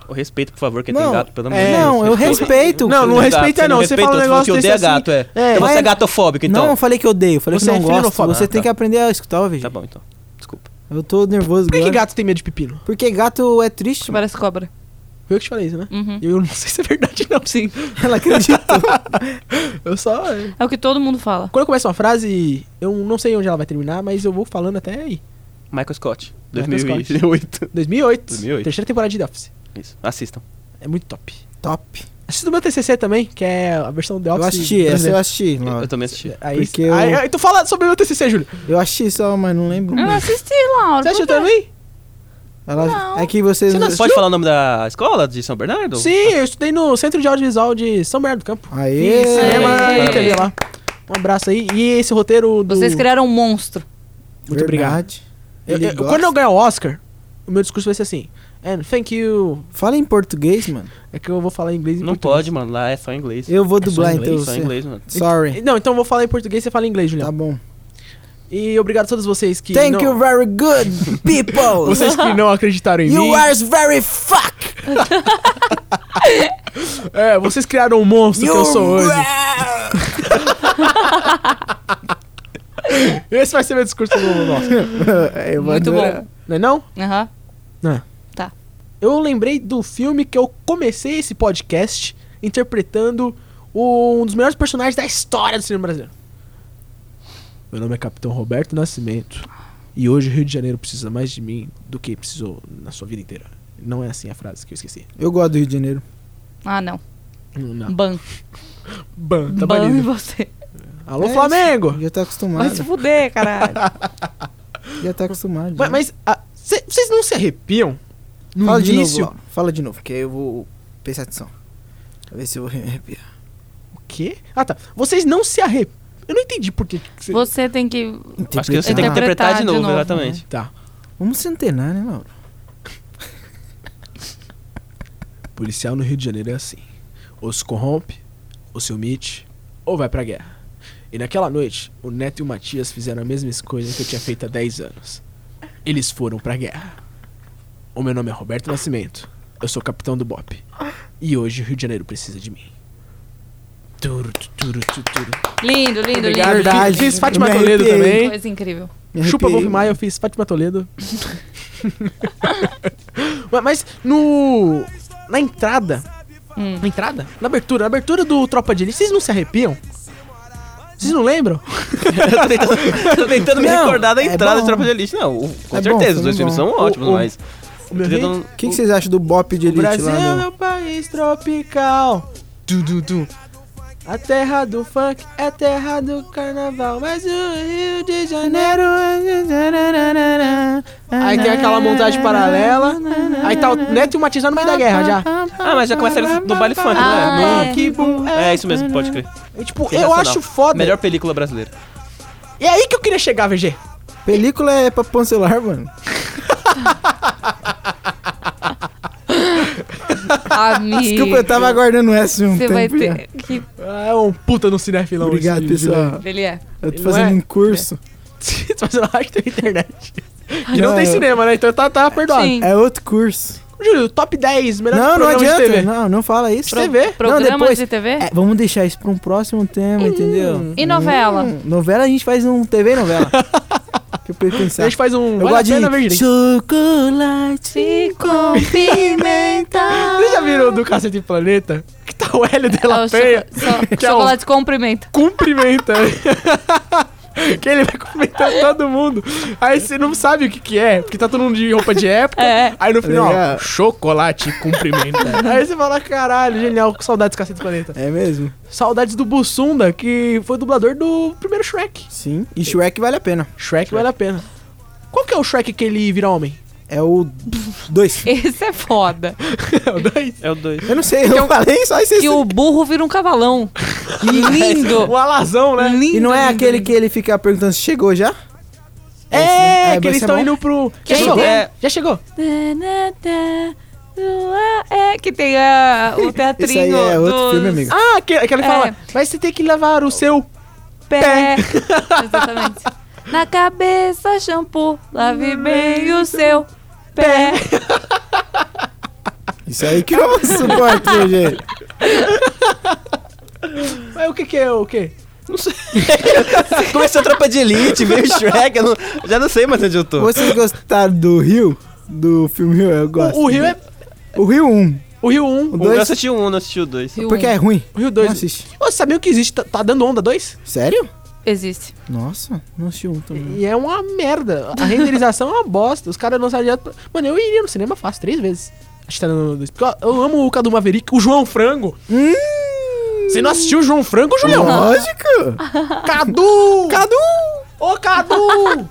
F: O respeito, por favor, que
A: Não,
F: tem gato, pelo amor de
A: é,
F: Deus.
A: não, eu respeito.
B: Não, não
F: Gato,
B: respeita não. Você
F: respeita,
B: fala um
F: falou que
B: negócio desse
F: odeia
B: assim...
F: gato, é.
B: É,
F: Então
A: mas-
F: você é gatofóbico, então.
A: Não, eu falei que eu odeio. Falei
B: Você
A: que
B: é
A: eu não gosto.
B: filinofóbico.
A: Você
F: Ah,
A: tem
F: tá.
A: que aprender a escutar, ó, Virgínia.
F: Tá bom, então. Desculpa.
A: Eu tô nervoso
B: Por que, que
A: agora.
B: gato tem medo de pepino?
A: Porque gato é triste. mano.
G: Parece cobra.
B: Foi eu que te falei isso, né?
G: Uhum.
B: Eu não sei se é verdade não. Sim.
A: Ela acredita.
B: Eu só...
G: É o que todo mundo fala.
B: Quando eu começo uma frase, eu não sei onde ela vai terminar, mas eu vou falando até aí.
F: Michael Scott,
B: Michael Scott.
F: 2008.
B: 2008.
F: 2008.
B: Terceira temporada de The Office.
F: Isso, assistam.
B: É muito top.
A: Top.
B: Assisti o meu TCC também, que é a versão do The
A: Eu
B: Office.
A: assisti, essa eu
B: brasileira.
A: assisti.
F: Eu,
A: Laura.
F: também assisti.
B: Aí,
A: porque eu-
B: aí, aí, tu fala sobre o meu TCC, Júlio.
A: Eu assisti só, mas não lembro.
G: Eu
A: muito.
G: assisti, Lauro.
B: Uhum. Você
G: por
B: assistiu
G: quê?
B: também?
A: Ela-
G: Não.
A: É que vocês.
B: Você não assistiu?
F: Pode falar o nome da escola de São Bernardo?
B: Sim, eu estudei no Centro de Audiovisual de São Bernardo do Campo.
A: Aê!
B: Fiz cinema
G: Aê.
B: e TV lá. Um abraço aí. E esse roteiro do...
G: Vocês criaram um monstro.
B: Muito obrigado.
A: Verdade.
B: Eu-
A: Ele
B: eu-
A: gosta.
B: quando eu ganhar o Oscar, o meu discurso vai ser assim. And thank you.
A: Fala em português, mano.
B: É que eu vou falar em inglês e
F: Não
B: português.
F: pode, mano. Lá é só inglês.
A: Eu vou
B: só
A: dublar
B: inglês,
A: então.
F: só
A: você.
F: inglês, mano.
A: Sorry.
B: Não, então eu vou falar em português e você fala em inglês, Julião.
A: Tá bom.
B: E obrigado a todos vocês que.
A: Thank
B: não...
A: you very good, people.
B: Vocês que não acreditaram em mim.
A: You are very fuck.
B: É, vocês criaram o monstro
A: You
B: que eu sou hoje. Esse vai ser meu discurso do nosso.
G: Muito bom.
B: Não é não?
G: Aham.
B: Eu lembrei do filme que eu comecei esse podcast interpretando o- um dos melhores personagens da história do cinema brasileiro. Meu nome é Capitão Roberto Nascimento. E hoje o Rio de Janeiro precisa mais de mim do que precisou na sua vida inteira. Não é assim a frase que eu esqueci.
A: Eu gosto do Rio de Janeiro.
G: Ah, não.
B: Não.
G: Ban.
B: Ban, tá
G: Ban em
B: banido.
G: você.
B: Alô,
A: É
B: Flamengo!
A: Já tá
G: Vai
A: acostumado.
G: se fuder, caralho.
A: Já tá acostumado.
B: Mas,
A: já.
B: mas, ah, cê- vocês não se arrepiam no
A: Fala de
B: início?
A: novo, Laura. Fala de novo, que aí eu vou prestar atenção. Pra ver se eu vou me arrepiar.
B: o quê? Ah, tá. Vocês não se arrepiam. Eu não entendi por que que cê-
G: Você tem que.
F: Acho que você tem
G: Interpretar
F: que interpretar de
G: de
F: novo,
G: novo,
F: exatamente.
B: Tá.
A: Vamos se antenar, né, Laura?
B: Policial no Rio de Janeiro é assim. Ou se corrompe, ou se omite, ou vai pra guerra. E naquela noite, o Neto e o Matias fizeram a mesma escolha que eu tinha feito há 10 anos. Eles foram pra guerra. O meu nome é Roberto Nascimento. Eu sou capitão do BOP. E hoje o Rio de Janeiro precisa de mim. Turu, tu, turu, tu, turu.
G: Lindo, lindo,
B: Obrigado.
G: lindo.
A: Verdade.
B: Fiz, fiz Fátima
A: Tá, Me
B: Toledo
A: arrepiei.
B: também.
G: Coisa incrível.
A: Me
B: Um Chupa
A: arrepiei.
B: Wolf Maia, eu fiz Fátima Toledo. Ma- Mas no. Na entrada.
G: Hum.
B: Na entrada? Na abertura. Na abertura do Tropa de Elite, vocês não se arrepiam? Vocês não lembram?
F: Tô tentando me
A: Não,
F: recordar da
A: é
F: entrada
A: bom.
F: de Tropa de Elite. Não, o- com
A: É bom,
F: certeza,
A: foi
F: os dois
A: bom.
F: filmes são ótimos,
B: O- o-
F: mas.
B: O meu
F: tô
B: hit?
F: tentando-
A: O que, que vocês acham do bop de
B: O
A: elite
B: Brasil é
A: lá no...
B: meu país tropical. Du, du, du. A terra do funk é terra do carnaval, mas o Rio de Janeiro. Aí tem aquela montagem paralela. Aí tá o Neto e o Matiz lá no meio da guerra já.
F: Ah, mas já começa eles no baile funk,
G: Ah,
F: né?
G: é.
B: Que bom.
F: No- É isso mesmo, pode crer.
B: É, Tipo, eu
F: Sensacional.
B: acho foda.
F: Melhor película brasileira.
B: É aí que eu queria chegar, VG.
A: Película é pra pôr no celular, mano.
G: Amigo.
A: Ah, Desculpa, eu tava aguardando essa um
G: Você
A: tempo.
G: vai
A: já.
G: ter. Que...
B: Ah, é um puta no cinefilão.
A: Obrigado,
B: esse né?
A: pessoal.
G: Ele é.
A: Eu tô
B: Não
A: fazendo
B: é?
A: um curso.
B: Você tá fazendo arte da internet. Que não
A: Não,
B: tem
A: eu-
B: cinema, né? Então tá, tá perdoado.
G: Sim.
A: É outro curso.
B: Júlio, top 10, melhor
A: Não, não
B: programa de
A: adianta.
B: TV.
A: Não, não fala isso.
G: Pro-
B: TV?
G: Programas
A: Não, depois-
G: de TV?
A: É, vamos deixar isso pra um próximo tema, entendeu?
G: E novela?
A: Hum, novela a gente faz um TV novela. que eu fui pensar.
B: A gente faz um
A: Tá. eu
B: Vale a Pena Ver
A: gosto de
B: Direito.
A: chocolate com pimenta.
B: Vocês já viram do Cacete Planeta? Que tá o Hélio de
G: Ah,
B: la
G: o
B: Penha
G: choco- so-
B: que é o-
G: chocolate com cumprimento.
B: cumprimentando. que ele vai cumprimentar todo mundo. Aí você não sabe o que que é, porque tá todo mundo de roupa de época.
G: É.
B: Aí no final,
A: Legal.
B: chocolate cumprimenta. Aí você fala, caralho, genial, que saudades do Cacete Planeta.
A: É mesmo?
B: Saudades do Bussunda, que foi dublador do primeiro Shrek.
A: Sim. E Shrek vale a pena.
B: Shrek, vale a pena. Qual que é o Shrek que ele vira homem?
A: É o 2.
G: Esse é foda.
B: É o dois.
F: É o 2.
A: Eu não sei, eu falei só isso.
G: E o burro vira um cavalão. lindo.
B: O alazão, né?
G: lindo.
A: E não é
G: lindo,
A: aquele
G: lindo.
A: que ele fica perguntando se chegou já?
B: É,
A: esse, né? É,
B: que eles
A: esse é
B: estão
A: bom.
B: indo pro... Já
G: Quem
B: chegou?
G: tem?
B: É, Já chegou.
G: É, que tem a, o teatrinho.
A: Esse aí é outro
G: dos
A: filme, amigo.
B: Ah, que, que ele
G: É.
B: fala, mas você tem que lavar o seu...
G: Pé. Exatamente. Na cabeça, shampoo. Lave bem o seu pé.
A: Isso aí que eu suporto, meu jeito.
B: Mas o que que é o quê?
F: Começou a tropa de elite, veio Shrek, eu não- já não sei mais onde eu tô.
A: Vocês gostaram do Rio? Do filme Rio? Eu gosto. né?
B: O, o Rio é...
A: O Rio 1.
B: O Rio 1,
A: O
F: Um, eu
A: 2.
F: assisti o um, não assisti o dois.
G: Rio
A: Porque
G: um.
A: é ruim.
B: o Rio
A: Não
B: 2.
A: assiste.
B: Você sabia que existe? Tá, tá dando onda 2?
A: Sério?
G: Existe.
A: Nossa, não assisti um também.
B: E é uma merda. A renderização é uma bosta. Os caras não sabiam... Mano, eu iria no cinema fácil, três vezes. Acho que tá dando onda 2. Porque eu- eu amo o Cadu Maverick, o João Frango.
A: Hum,
B: Você não assistiu o João Frango, Julião?
A: Lógico!
B: Cadu! Cadu! Ô, Cadu!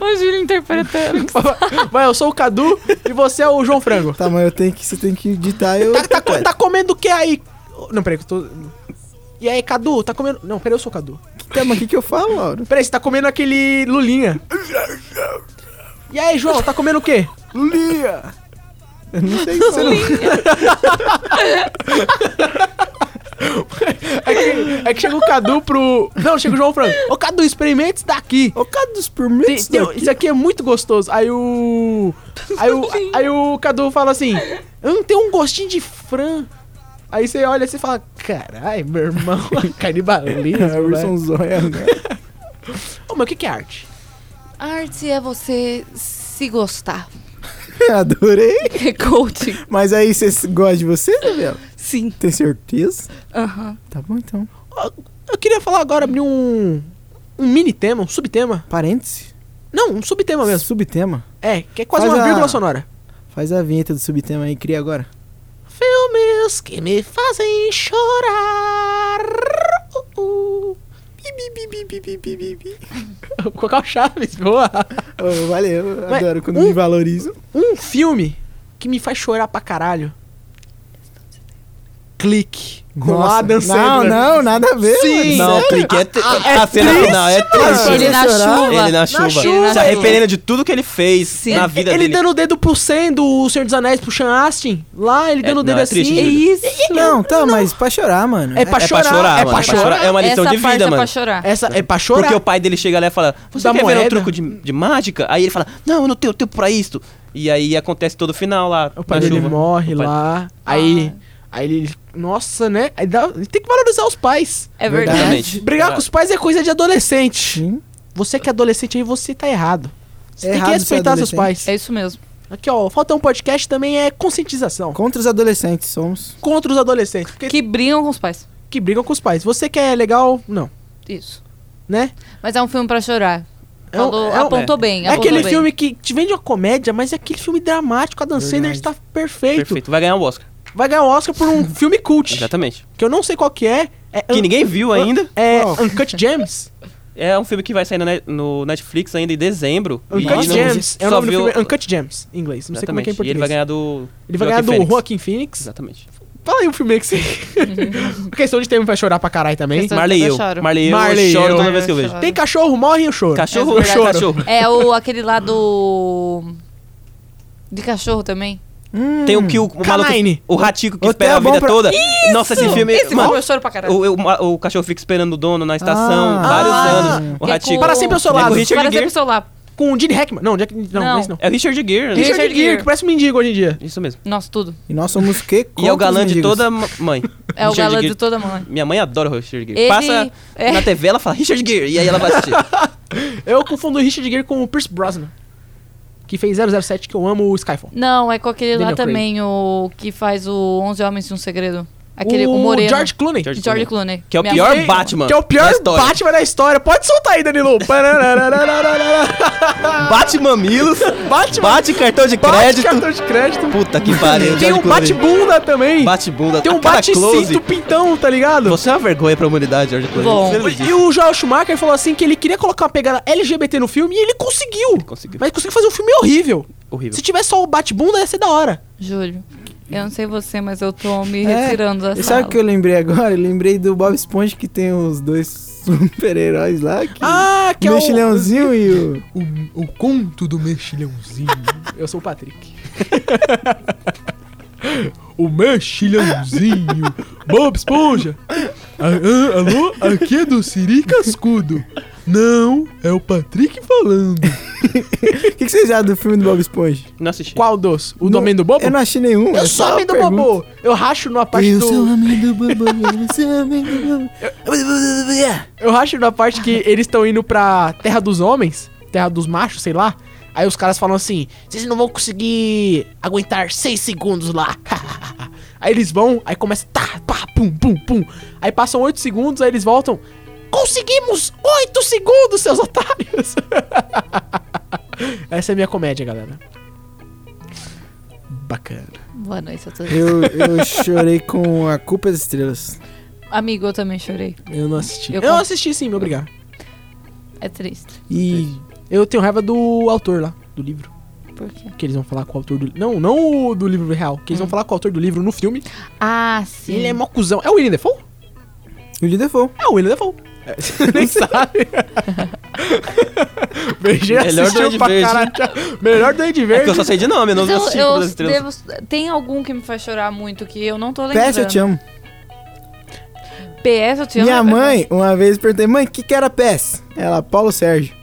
G: O Júlio interpretando.
B: Vai, eu sou o Cadu e você é o João Frango.
A: Tá, mas eu tenho que. Você tem que editar eu.
B: Tá, tá co- tá comendo o que aí? Não, peraí, que eu tô... E aí, Cadu, tá comendo... Não, peraí, eu sou o Cadu.
A: Tá, mas o que, que eu falo, Lauro?
B: Peraí, você tá comendo aquele lulinha. E aí, João, tá comendo o quê?
A: Lulia! Eu não sei o que você não.
B: É que, é que chega o Cadu pro... Não, chega o João Franco. Ô, Cadu, experimenta isso daqui.
A: Ô, cara dos
B: Tem-
A: permitos.
B: tem- isso aqui é muito gostoso. Aí o... Aí o, aí o Cadu fala assim... Hum, tem um gostinho de fran. Aí você olha assim e você fala... Caralho, meu irmão, canibalismo,
A: É, Wilson
B: velho."
A: Zóia, né?
B: Ô, mas o que que é arte?
H: Arte é você se gostar.
A: Adorei.
H: É coaching.
A: Mas aí você gosta de você, Gabriela?
H: Sim.
A: Tem certeza?
H: Aham.
A: Tá bom então.
B: Eu queria falar agora, abrir um... Um mini tema, um subtema.
A: Parêntese.
B: Não, um subtema mesmo.
A: Subtema.
B: É, que é quase
A: Faz
B: uma
A: a-
B: vírgula sonora.
A: Faz a vinheta do subtema aí, cria agora.
B: Filmes que me fazem chorar. Uh, uh. Bi, bi, bi, bi, bi, bi, bi, bi, bi. Colocar o Chaves, boa.
A: Ô, valeu, eu
B: Mas
A: adoro quando
B: um-
A: me valorizam.
B: Um filme que me faz chorar pra caralho. Clique. Com
A: Nossa,
B: Adam
A: Não,
B: Sandler.
A: não, nada a ver.
B: Sim. Ah,
A: mano.
F: Não,
A: Sério?
F: clique é, tri- a cena final, é triste.
G: Ele na chuva.
F: Ele na chuva.
G: chuva.
F: Se é arrependendo de tudo que ele fez
G: Sim.
F: na
G: Ele-
F: vida
B: Ele
F: dele.
B: dando o dedo pro Sam do Senhor dos Anéis, pro Sean Astin. Lá, ele
F: É,
B: dando o
F: não,
B: dedo
F: é
B: assim.
F: triste,
B: é
F: Júlio.
B: isso.
A: Não, tá, mas pra chorar, mano.
B: então, É pra
F: É
B: chorar.
F: pra chorar,
B: é
F: mano.
B: pra chorar.
F: É uma lição
G: Essa
F: de
G: parte
F: vida,
G: é pra
F: mano.
G: chorar.
B: Essa é pra chorar.
F: Porque o pai dele chega lá e fala, você
B: Da
F: quer ver um
B: moeda.
F: truco de, de mágica? Aí ele fala, não, eu não tenho tempo pra isso. E aí acontece todo o final lá,
B: É O Ah. pai
F: na
B: dele
F: chuva.
B: morre
F: O pai-
B: lá. Aí. Aí ele. Nossa, né? Aí dá- tem que valorizar os pais.
G: É verdade.
F: Exatamente.
B: Brigar com os pais é coisa de adolescente.
A: Sim.
B: Você que é adolescente aí, você tá errado. Você
A: É
B: tem que
A: errado ser
B: respeitar seus pais.
A: adolescente.
G: É isso mesmo.
B: Aqui, ó, falta um podcast também é conscientização.
A: Contra os adolescentes somos.
B: Contra os adolescentes. Porque que...
G: Que brigam com os pais.
B: brigam com os pais. Você que é legal, não.
G: Isso.
B: Né?
G: Mas é um filme pra chorar.
B: É um-
G: Falou-
B: é um-
G: apontou bem.
B: É
G: apontou
B: aquele
G: bem.
B: filme que te vende uma comédia, mas é aquele filme dramático. A Dan Sandler está perfeito.
F: Perfeito, vai ganhar um Oscar.
B: Vai ganhar um Oscar por um filme cult.
F: Exatamente.
B: Que eu não sei qual que é. é
F: Que ninguém viu ainda.
B: É
A: Qual?
B: Uncut Gems.
F: É um filme que vai sair na ne- no Netflix ainda em dezembro. E
B: Uncut
F: não-
B: Gems. É o
F: só
B: nome do
F: viu-
B: filme. Uncut Gems, em inglês. Não sei como é que é em
F: Exatamente. E
B: português.
F: ele vai ganhar do
B: Ele vai
F: Joaquin
B: ganhar do
F: Phoenix.
B: Joaquin Phoenix.
F: Exatamente.
B: Fala aí um filme aí que você. Questão de tempo vai chorar pra caralho também.
F: Questão de Marley tempo eu eu. choro. Marley eu, eu choro toda vez que eu vejo.
B: Tem cachorro, morre eu choro.
F: Cachorro,
B: eu
F: verdade,
B: choro.
F: cachorro.
G: É o, aquele lá do. De cachorro também.
F: Tem o que o, o maluco-
B: Canine.
F: O ratico que
A: Hotel
F: espera a
A: bom
F: vida
A: pra-
F: toda. Nossa, esse filme.
G: Esse
F: mano,
G: filme eu choro pra caralho.
F: o, o- o cachorro fica esperando o dono na estação
A: Ah.
F: vários
G: Ah.
F: anos. O
G: Que
F: ratico.
G: com- Para sempre
B: ao seu lado.
F: É com o
G: Para
F: Richard
G: sempre
F: Gere.
G: o celular.
B: Com o Gene Hackman. Não, Jack. Não,
G: Não.
B: não. esse não.
F: É o Richard Gere. né?
B: Richard,
G: Richard
B: Gere,
G: Gere.
B: que parece um mendigo hoje em dia.
F: Isso mesmo.
G: Nossa, tudo.
A: E nós somos que
F: E
A: contra
F: é o
A: os
F: galã de
A: mendigos.
F: toda ma- mãe.
G: É o
F: Richard
G: galã de
F: Gere.
G: toda mãe.
F: Minha mãe adora o Richard Gere.
G: Ele-
F: Passa
G: é.
F: na TV, ela fala Richard Gere. E aí ela vai assistir.
B: Eu confundo o Richard Gere com o Pierce Brosnan. Que fez 007, que eu amo o Skyfall.
G: Não, é com aquele lá
B: Daniel Craig.
G: também, o que faz o 11 Homens e um Segredo. Aquele, o,
B: o
G: Moreno.
B: George Clooney.
F: George
G: George Clooney.
F: Que é o
G: Minha
F: pior
G: mãe-
F: Batman.
B: Que é o pior
F: da história.
B: Batman da história. Pode soltar aí, Danilo. Parararararararara.
F: Bate mamilos,
B: Batman.
F: bate cartão de
B: Bate
F: crédito.
B: cartão de crédito.
F: Puta que pariu.
B: Tem
F: George
B: um
F: Clooney.
B: bate-bunda também.
F: Bate-bunda.
B: Tem um
F: Cada
B: bate-cinto
F: close.
B: pintão, tá ligado?
F: Você é uma vergonha pra humanidade, George Clooney.
G: Bom.
F: Você é
B: E o Joel Schumacher falou assim que ele queria colocar uma pegada LGBT no filme e ele conseguiu.
F: conseguiu.
B: Mas conseguiu fazer um filme horrível.
F: Horrível.
B: Se tivesse só o bate-bunda, ia ser da hora.
G: Júlio, eu não sei você, mas eu tô me
A: É,
G: retirando da
A: E
G: sala.
A: sabe o que eu lembrei agora? Eu lembrei do Bob Esponja que tem os dois super-heróis lá. Que
B: Ah, que é
A: o
B: o...
A: mexilhãozinho e o.
B: O, o conto do mexilhãozinho. Eu sou o Patrick. o mexilhãozinho. Bob Esponja. A- a- alô? Aqui é do Siri Cascudo. Não, é o Patrick falando.
A: O que, que vocês acham do filme do Bob Esponja?
F: Não assisti.
B: Qual dos? O
A: Não-
B: domínio do bobo?
A: Eu não achei nenhum. é
B: Eu sou homem do bobo. Eu racho na parte
A: Eu
B: do...
A: sou homem do bobo. Eu sou homem do bobo.
B: Eu racho na parte que eles estão indo pra Terra dos Homens, Terra dos Machos, sei lá. Aí os caras falam assim: vocês não vão conseguir aguentar seis segundos lá. aí eles vão, aí começa. Tá, pá, pum, pum, pum. Aí passam oito segundos, aí eles voltam. Conseguimos oito segundos, seus otários! Essa é a minha comédia, galera. Bacana.
G: Boa noite a todos.
A: Eu, eu chorei com A Culpa das Estrelas.
G: Amigo, eu também chorei.
B: Eu não assisti.
G: Eu
B: Eu,
G: con-
B: assisti sim, meu obrigado.
G: É triste.
B: E eu tenho raiva do autor lá, do livro.
G: Por quê?
B: Que eles vão falar com o autor do Não, não o do livro real. Que eles
F: Hum.
B: vão falar com o autor do livro no filme.
G: Ah, sim.
B: Ele é mó cuzão. É o William Defoe?
A: E o de Default.
B: É o William Defoe. É, nem sabe. Beijei
F: Melhor
B: assistiu
F: Duende
B: pra
F: Verde.
B: caralho. Melhor Duende
F: É que
B: Verde.
F: eu só sei de nome, eu não
G: Mas
F: assisti
G: eu,
F: Clube
G: eu
F: das Estrelas.
G: devo- Tem algum que me faz chorar muito que eu não tô lembrando.
A: PS, eu te amo.
G: PS, eu te amo.
A: Minha mãe, uma vez, perguntei, mãe, o que, que era PES? Ela, Paulo Sérgio.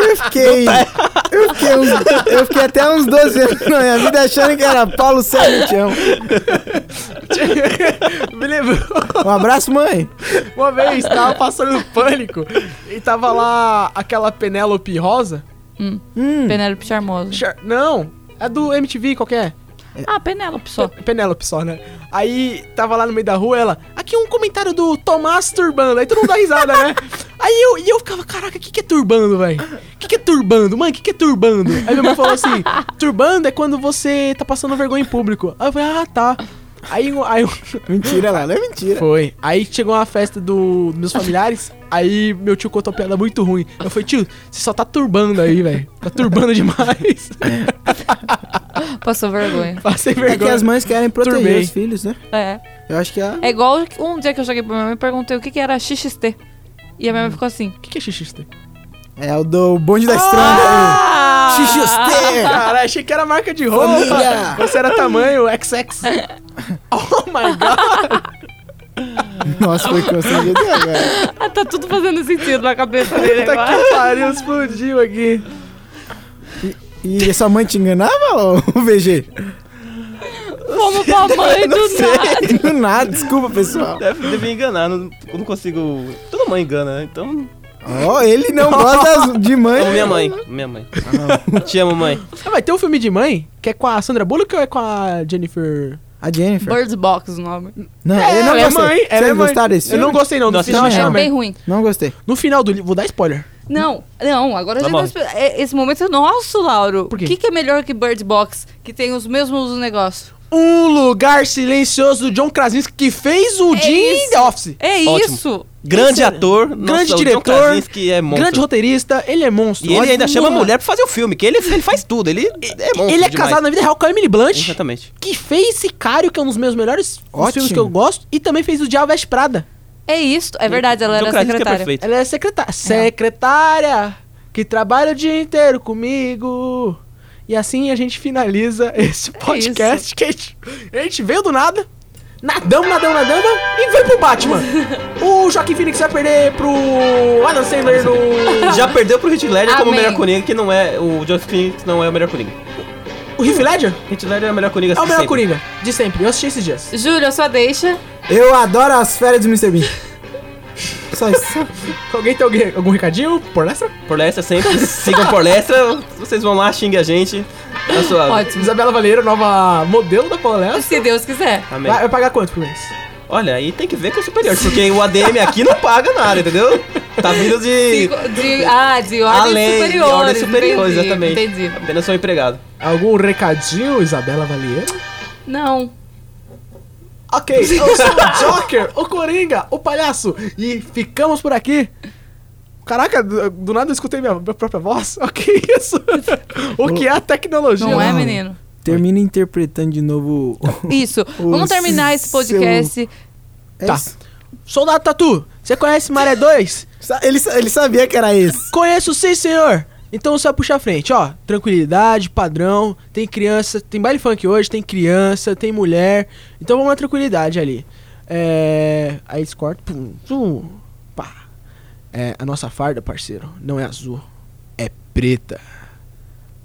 A: eu fiquei.
G: tá
A: Eu fiquei, uns, eu fiquei até uns 12 anos na minha vida achando que era Paulo Sérgio, eu te amo.
B: Me lembrou.
A: Um abraço, mãe.
B: Uma vez, tava passando um pânico. E tava lá aquela Penélope Rosa.
A: Hum,
G: Penélope Charmosa.
B: Char- Não, é do MTV qualquer.
G: Ah, Penélope só.
B: Penélope só, né? Aí tava lá no meio da rua, ela. Aqui um comentário do Tomás Turbando. Aí todo mundo dá risada, né? Aí eu, e eu ficava, caraca, o que, que é turbando, velho? O que, que é turbando? Mãe, o que, que é turbando? Aí minha mãe falou assim: turbando é quando você tá passando vergonha em público. Aí eu falei, ah, tá. Aí, um- aí um-
A: mentira lá, não é mentira.
B: foi. Aí chegou uma festa do- dos meus familiares. Aí meu tio contou uma piada muito ruim. Eu falei, tio, você só tá turbando aí, velho. Tá turbando demais.
G: Passou vergonha.
B: Passei
A: É que
B: vergonha.
A: as mães querem proteger
B: Turbei.
A: os filhos, né?
G: É.
A: Eu acho que a.
G: É igual um dia que eu cheguei pra minha mãe e perguntei o que, que era XXT. E a minha mãe ficou assim.
B: O que, que é xixi?
A: É o do bonde
G: Ah!
A: da estrada. XXT!
B: Cara, achei que era marca de roupa.
A: Família.
B: Você era tamanho XX. Oh my god.
A: Nossa, foi constrangido agora.
G: Ah, tá tudo fazendo sentido na
F: Tá
G: cabeça dele
B: Puta
G: agora.
B: que pariu, explodiu aqui.
A: E sua mãe te enganava, ô VG?
G: Como pra mãe do nada.
A: Do nada, desculpa, pessoal.
F: Deve, deve enganar, não, eu não consigo. Toda mãe engana, né? Então.
A: Ó, ele não gosta das- de mãe.
F: Amo minha mãe. Minha mãe. Te amo, mãe.
B: Ah, vai ter um filme de mãe que é com a Sandra Bullock ou é com a Jennifer?
A: A Jennifer.
G: Birds Box o nome.
A: Não, eu
B: ela
A: não
B: é
A: gostei.
B: mãe. Ela
A: Vocês
B: é mãe.
A: gostaram desse
B: Eu não
A: filme?
B: gostei, não.
F: Não
B: No
F: assisti,
B: final,
F: não.
G: Era
B: não.
G: bem ruim.
A: Não gostei.
B: no final do livro. Vou dar spoiler.
G: Não, não, agora
F: Tá
G: já
F: bom.
G: tá espe- é, Esse momento é nosso, Lauro.
B: Por quê?
G: O que, que é melhor que Bird Box, que tem os mesmos negócios?
B: Um Lugar Silencioso do John Krasinski, que fez o Jim in The Office.
G: É
F: Ótimo.
G: isso.
F: Grande
B: É Isso é-
F: ator,
B: grande
F: nossa, o John
B: diretor,
F: Krasinski é monstro.
B: grande roteirista, ele é monstro.
F: E ele
B: Olha,
F: ainda chama a
B: mano,
F: mulher pra fazer o filme, que ele, ele faz tudo, ele é monstro
B: Ele é
F: demais. tá-
B: casado na vida real com a Emily Blunt,
F: Exatamente.
B: que fez Sicário, que é um dos meus melhores
A: Ótimo.
B: filmes que eu gosto, e também fez o Diabo Veste Prada.
G: É isso. É verdade, ela
F: John
G: era
F: Krasinski é
G: secretária.
F: perfeito.
B: Ela é secretária. Secretária, que trabalha o dia inteiro comigo. E assim a gente finaliza esse podcast que a gente, a gente veio do nada. Nadamos, nadamos, nadamos e veio pro Batman. o Joaquim Phoenix vai perder pro Adam Sandler no...
F: Já perdeu pro Heath Ledger como o
G: Amém.
F: melhor Coringa, que não é... O John Phoenix não é o melhor Coringa.
B: O Heath Ledger?
F: Heath Ledger é o melhor Coringa
B: É o
F: de
B: melhor
F: sempre.
B: Coringa de sempre. Eu assisti esses dias.
H: Júlio, só deixa.
A: Eu adoro as férias do Mr. Bean. Só isso.
B: Alguém tem alguém- algum recadinho por extra?
F: Por Lestra sempre, sigam por Lestra, vocês vão lá, xinguem a gente. É suave.
H: Ótimo.
B: Isabela Valeiro, nova modelo da Paulessa.
H: Se Deus quiser.
F: Amém.
B: Vai, vai pagar quanto por mês?
F: Olha, aí tem que ver com o superior, porque o ADM aqui não paga nada, entendeu? Tá vindo de...
H: Sigo- De, ah, de ordens
F: Além, de
H: superiores.
F: ordens superiores,
H: entendi,
F: exatamente.
H: Entendi.
F: Apenas sou um empregado.
B: Algum recadinho, Isabela Valeiro?
H: Não.
B: Ok, eu sou o Joker, o Coringa, o Palhaço. E ficamos por aqui. Caraca, do, do nada eu escutei minha, minha própria voz. O que é isso? O que é a tecnologia?
G: Não é, menino?
A: Termina interpretando de novo. o-
G: Isso. Vamos terminar esse podcast.
A: É
B: Tá.
A: isso.
B: Soldado Tatu, você conhece Maré 2?
A: Sa- Ele, sa- ele sabia que era esse.
B: Conheço sim, senhor. Então só puxa a frente, ó. Tranquilidade, padrão. Tem criança, tem baile funk hoje, tem criança, tem mulher. Então vamos na tranquilidade ali. É. Aí eles cortam. Pum, pum, pá. É, a nossa farda, parceiro, não é azul, é preta.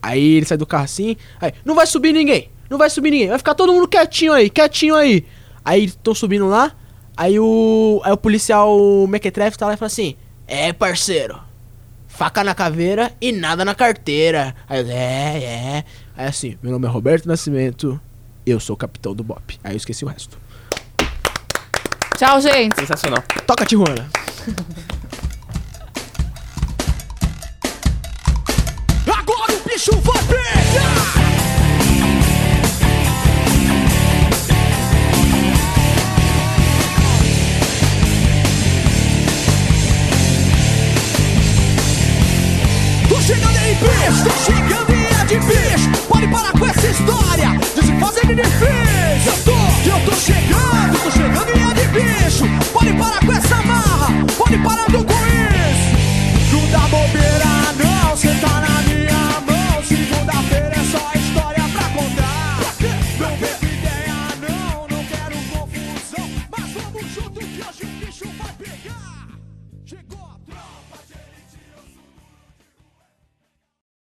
B: Aí ele sai do carro assim. Aí, não vai subir ninguém, não vai subir ninguém. Vai ficar todo mundo quietinho aí, quietinho aí. Aí eles estão subindo lá. Aí o, aí o policial Mequetrefe tá lá e fala assim: É, parceiro, faca na caveira e nada na carteira. Aí eu, é, é. Aí assim, meu nome é Roberto Nascimento, eu sou o capitão do BOP. Aí eu esqueci o resto.
G: Tchau, gente.
F: Sensacional.
B: Toca, Tijuana!
L: Agora o bicho vai pegar! Tô chegando aí, bicho! Tô chegando e é de bicho! Pode parar com essa história de se fazer de difícil! Eu tô, eu tô chegando, tô chegando e é de bicho! Pode parar com essa marra! Pode parar com isso! Gruda bobeira! tá é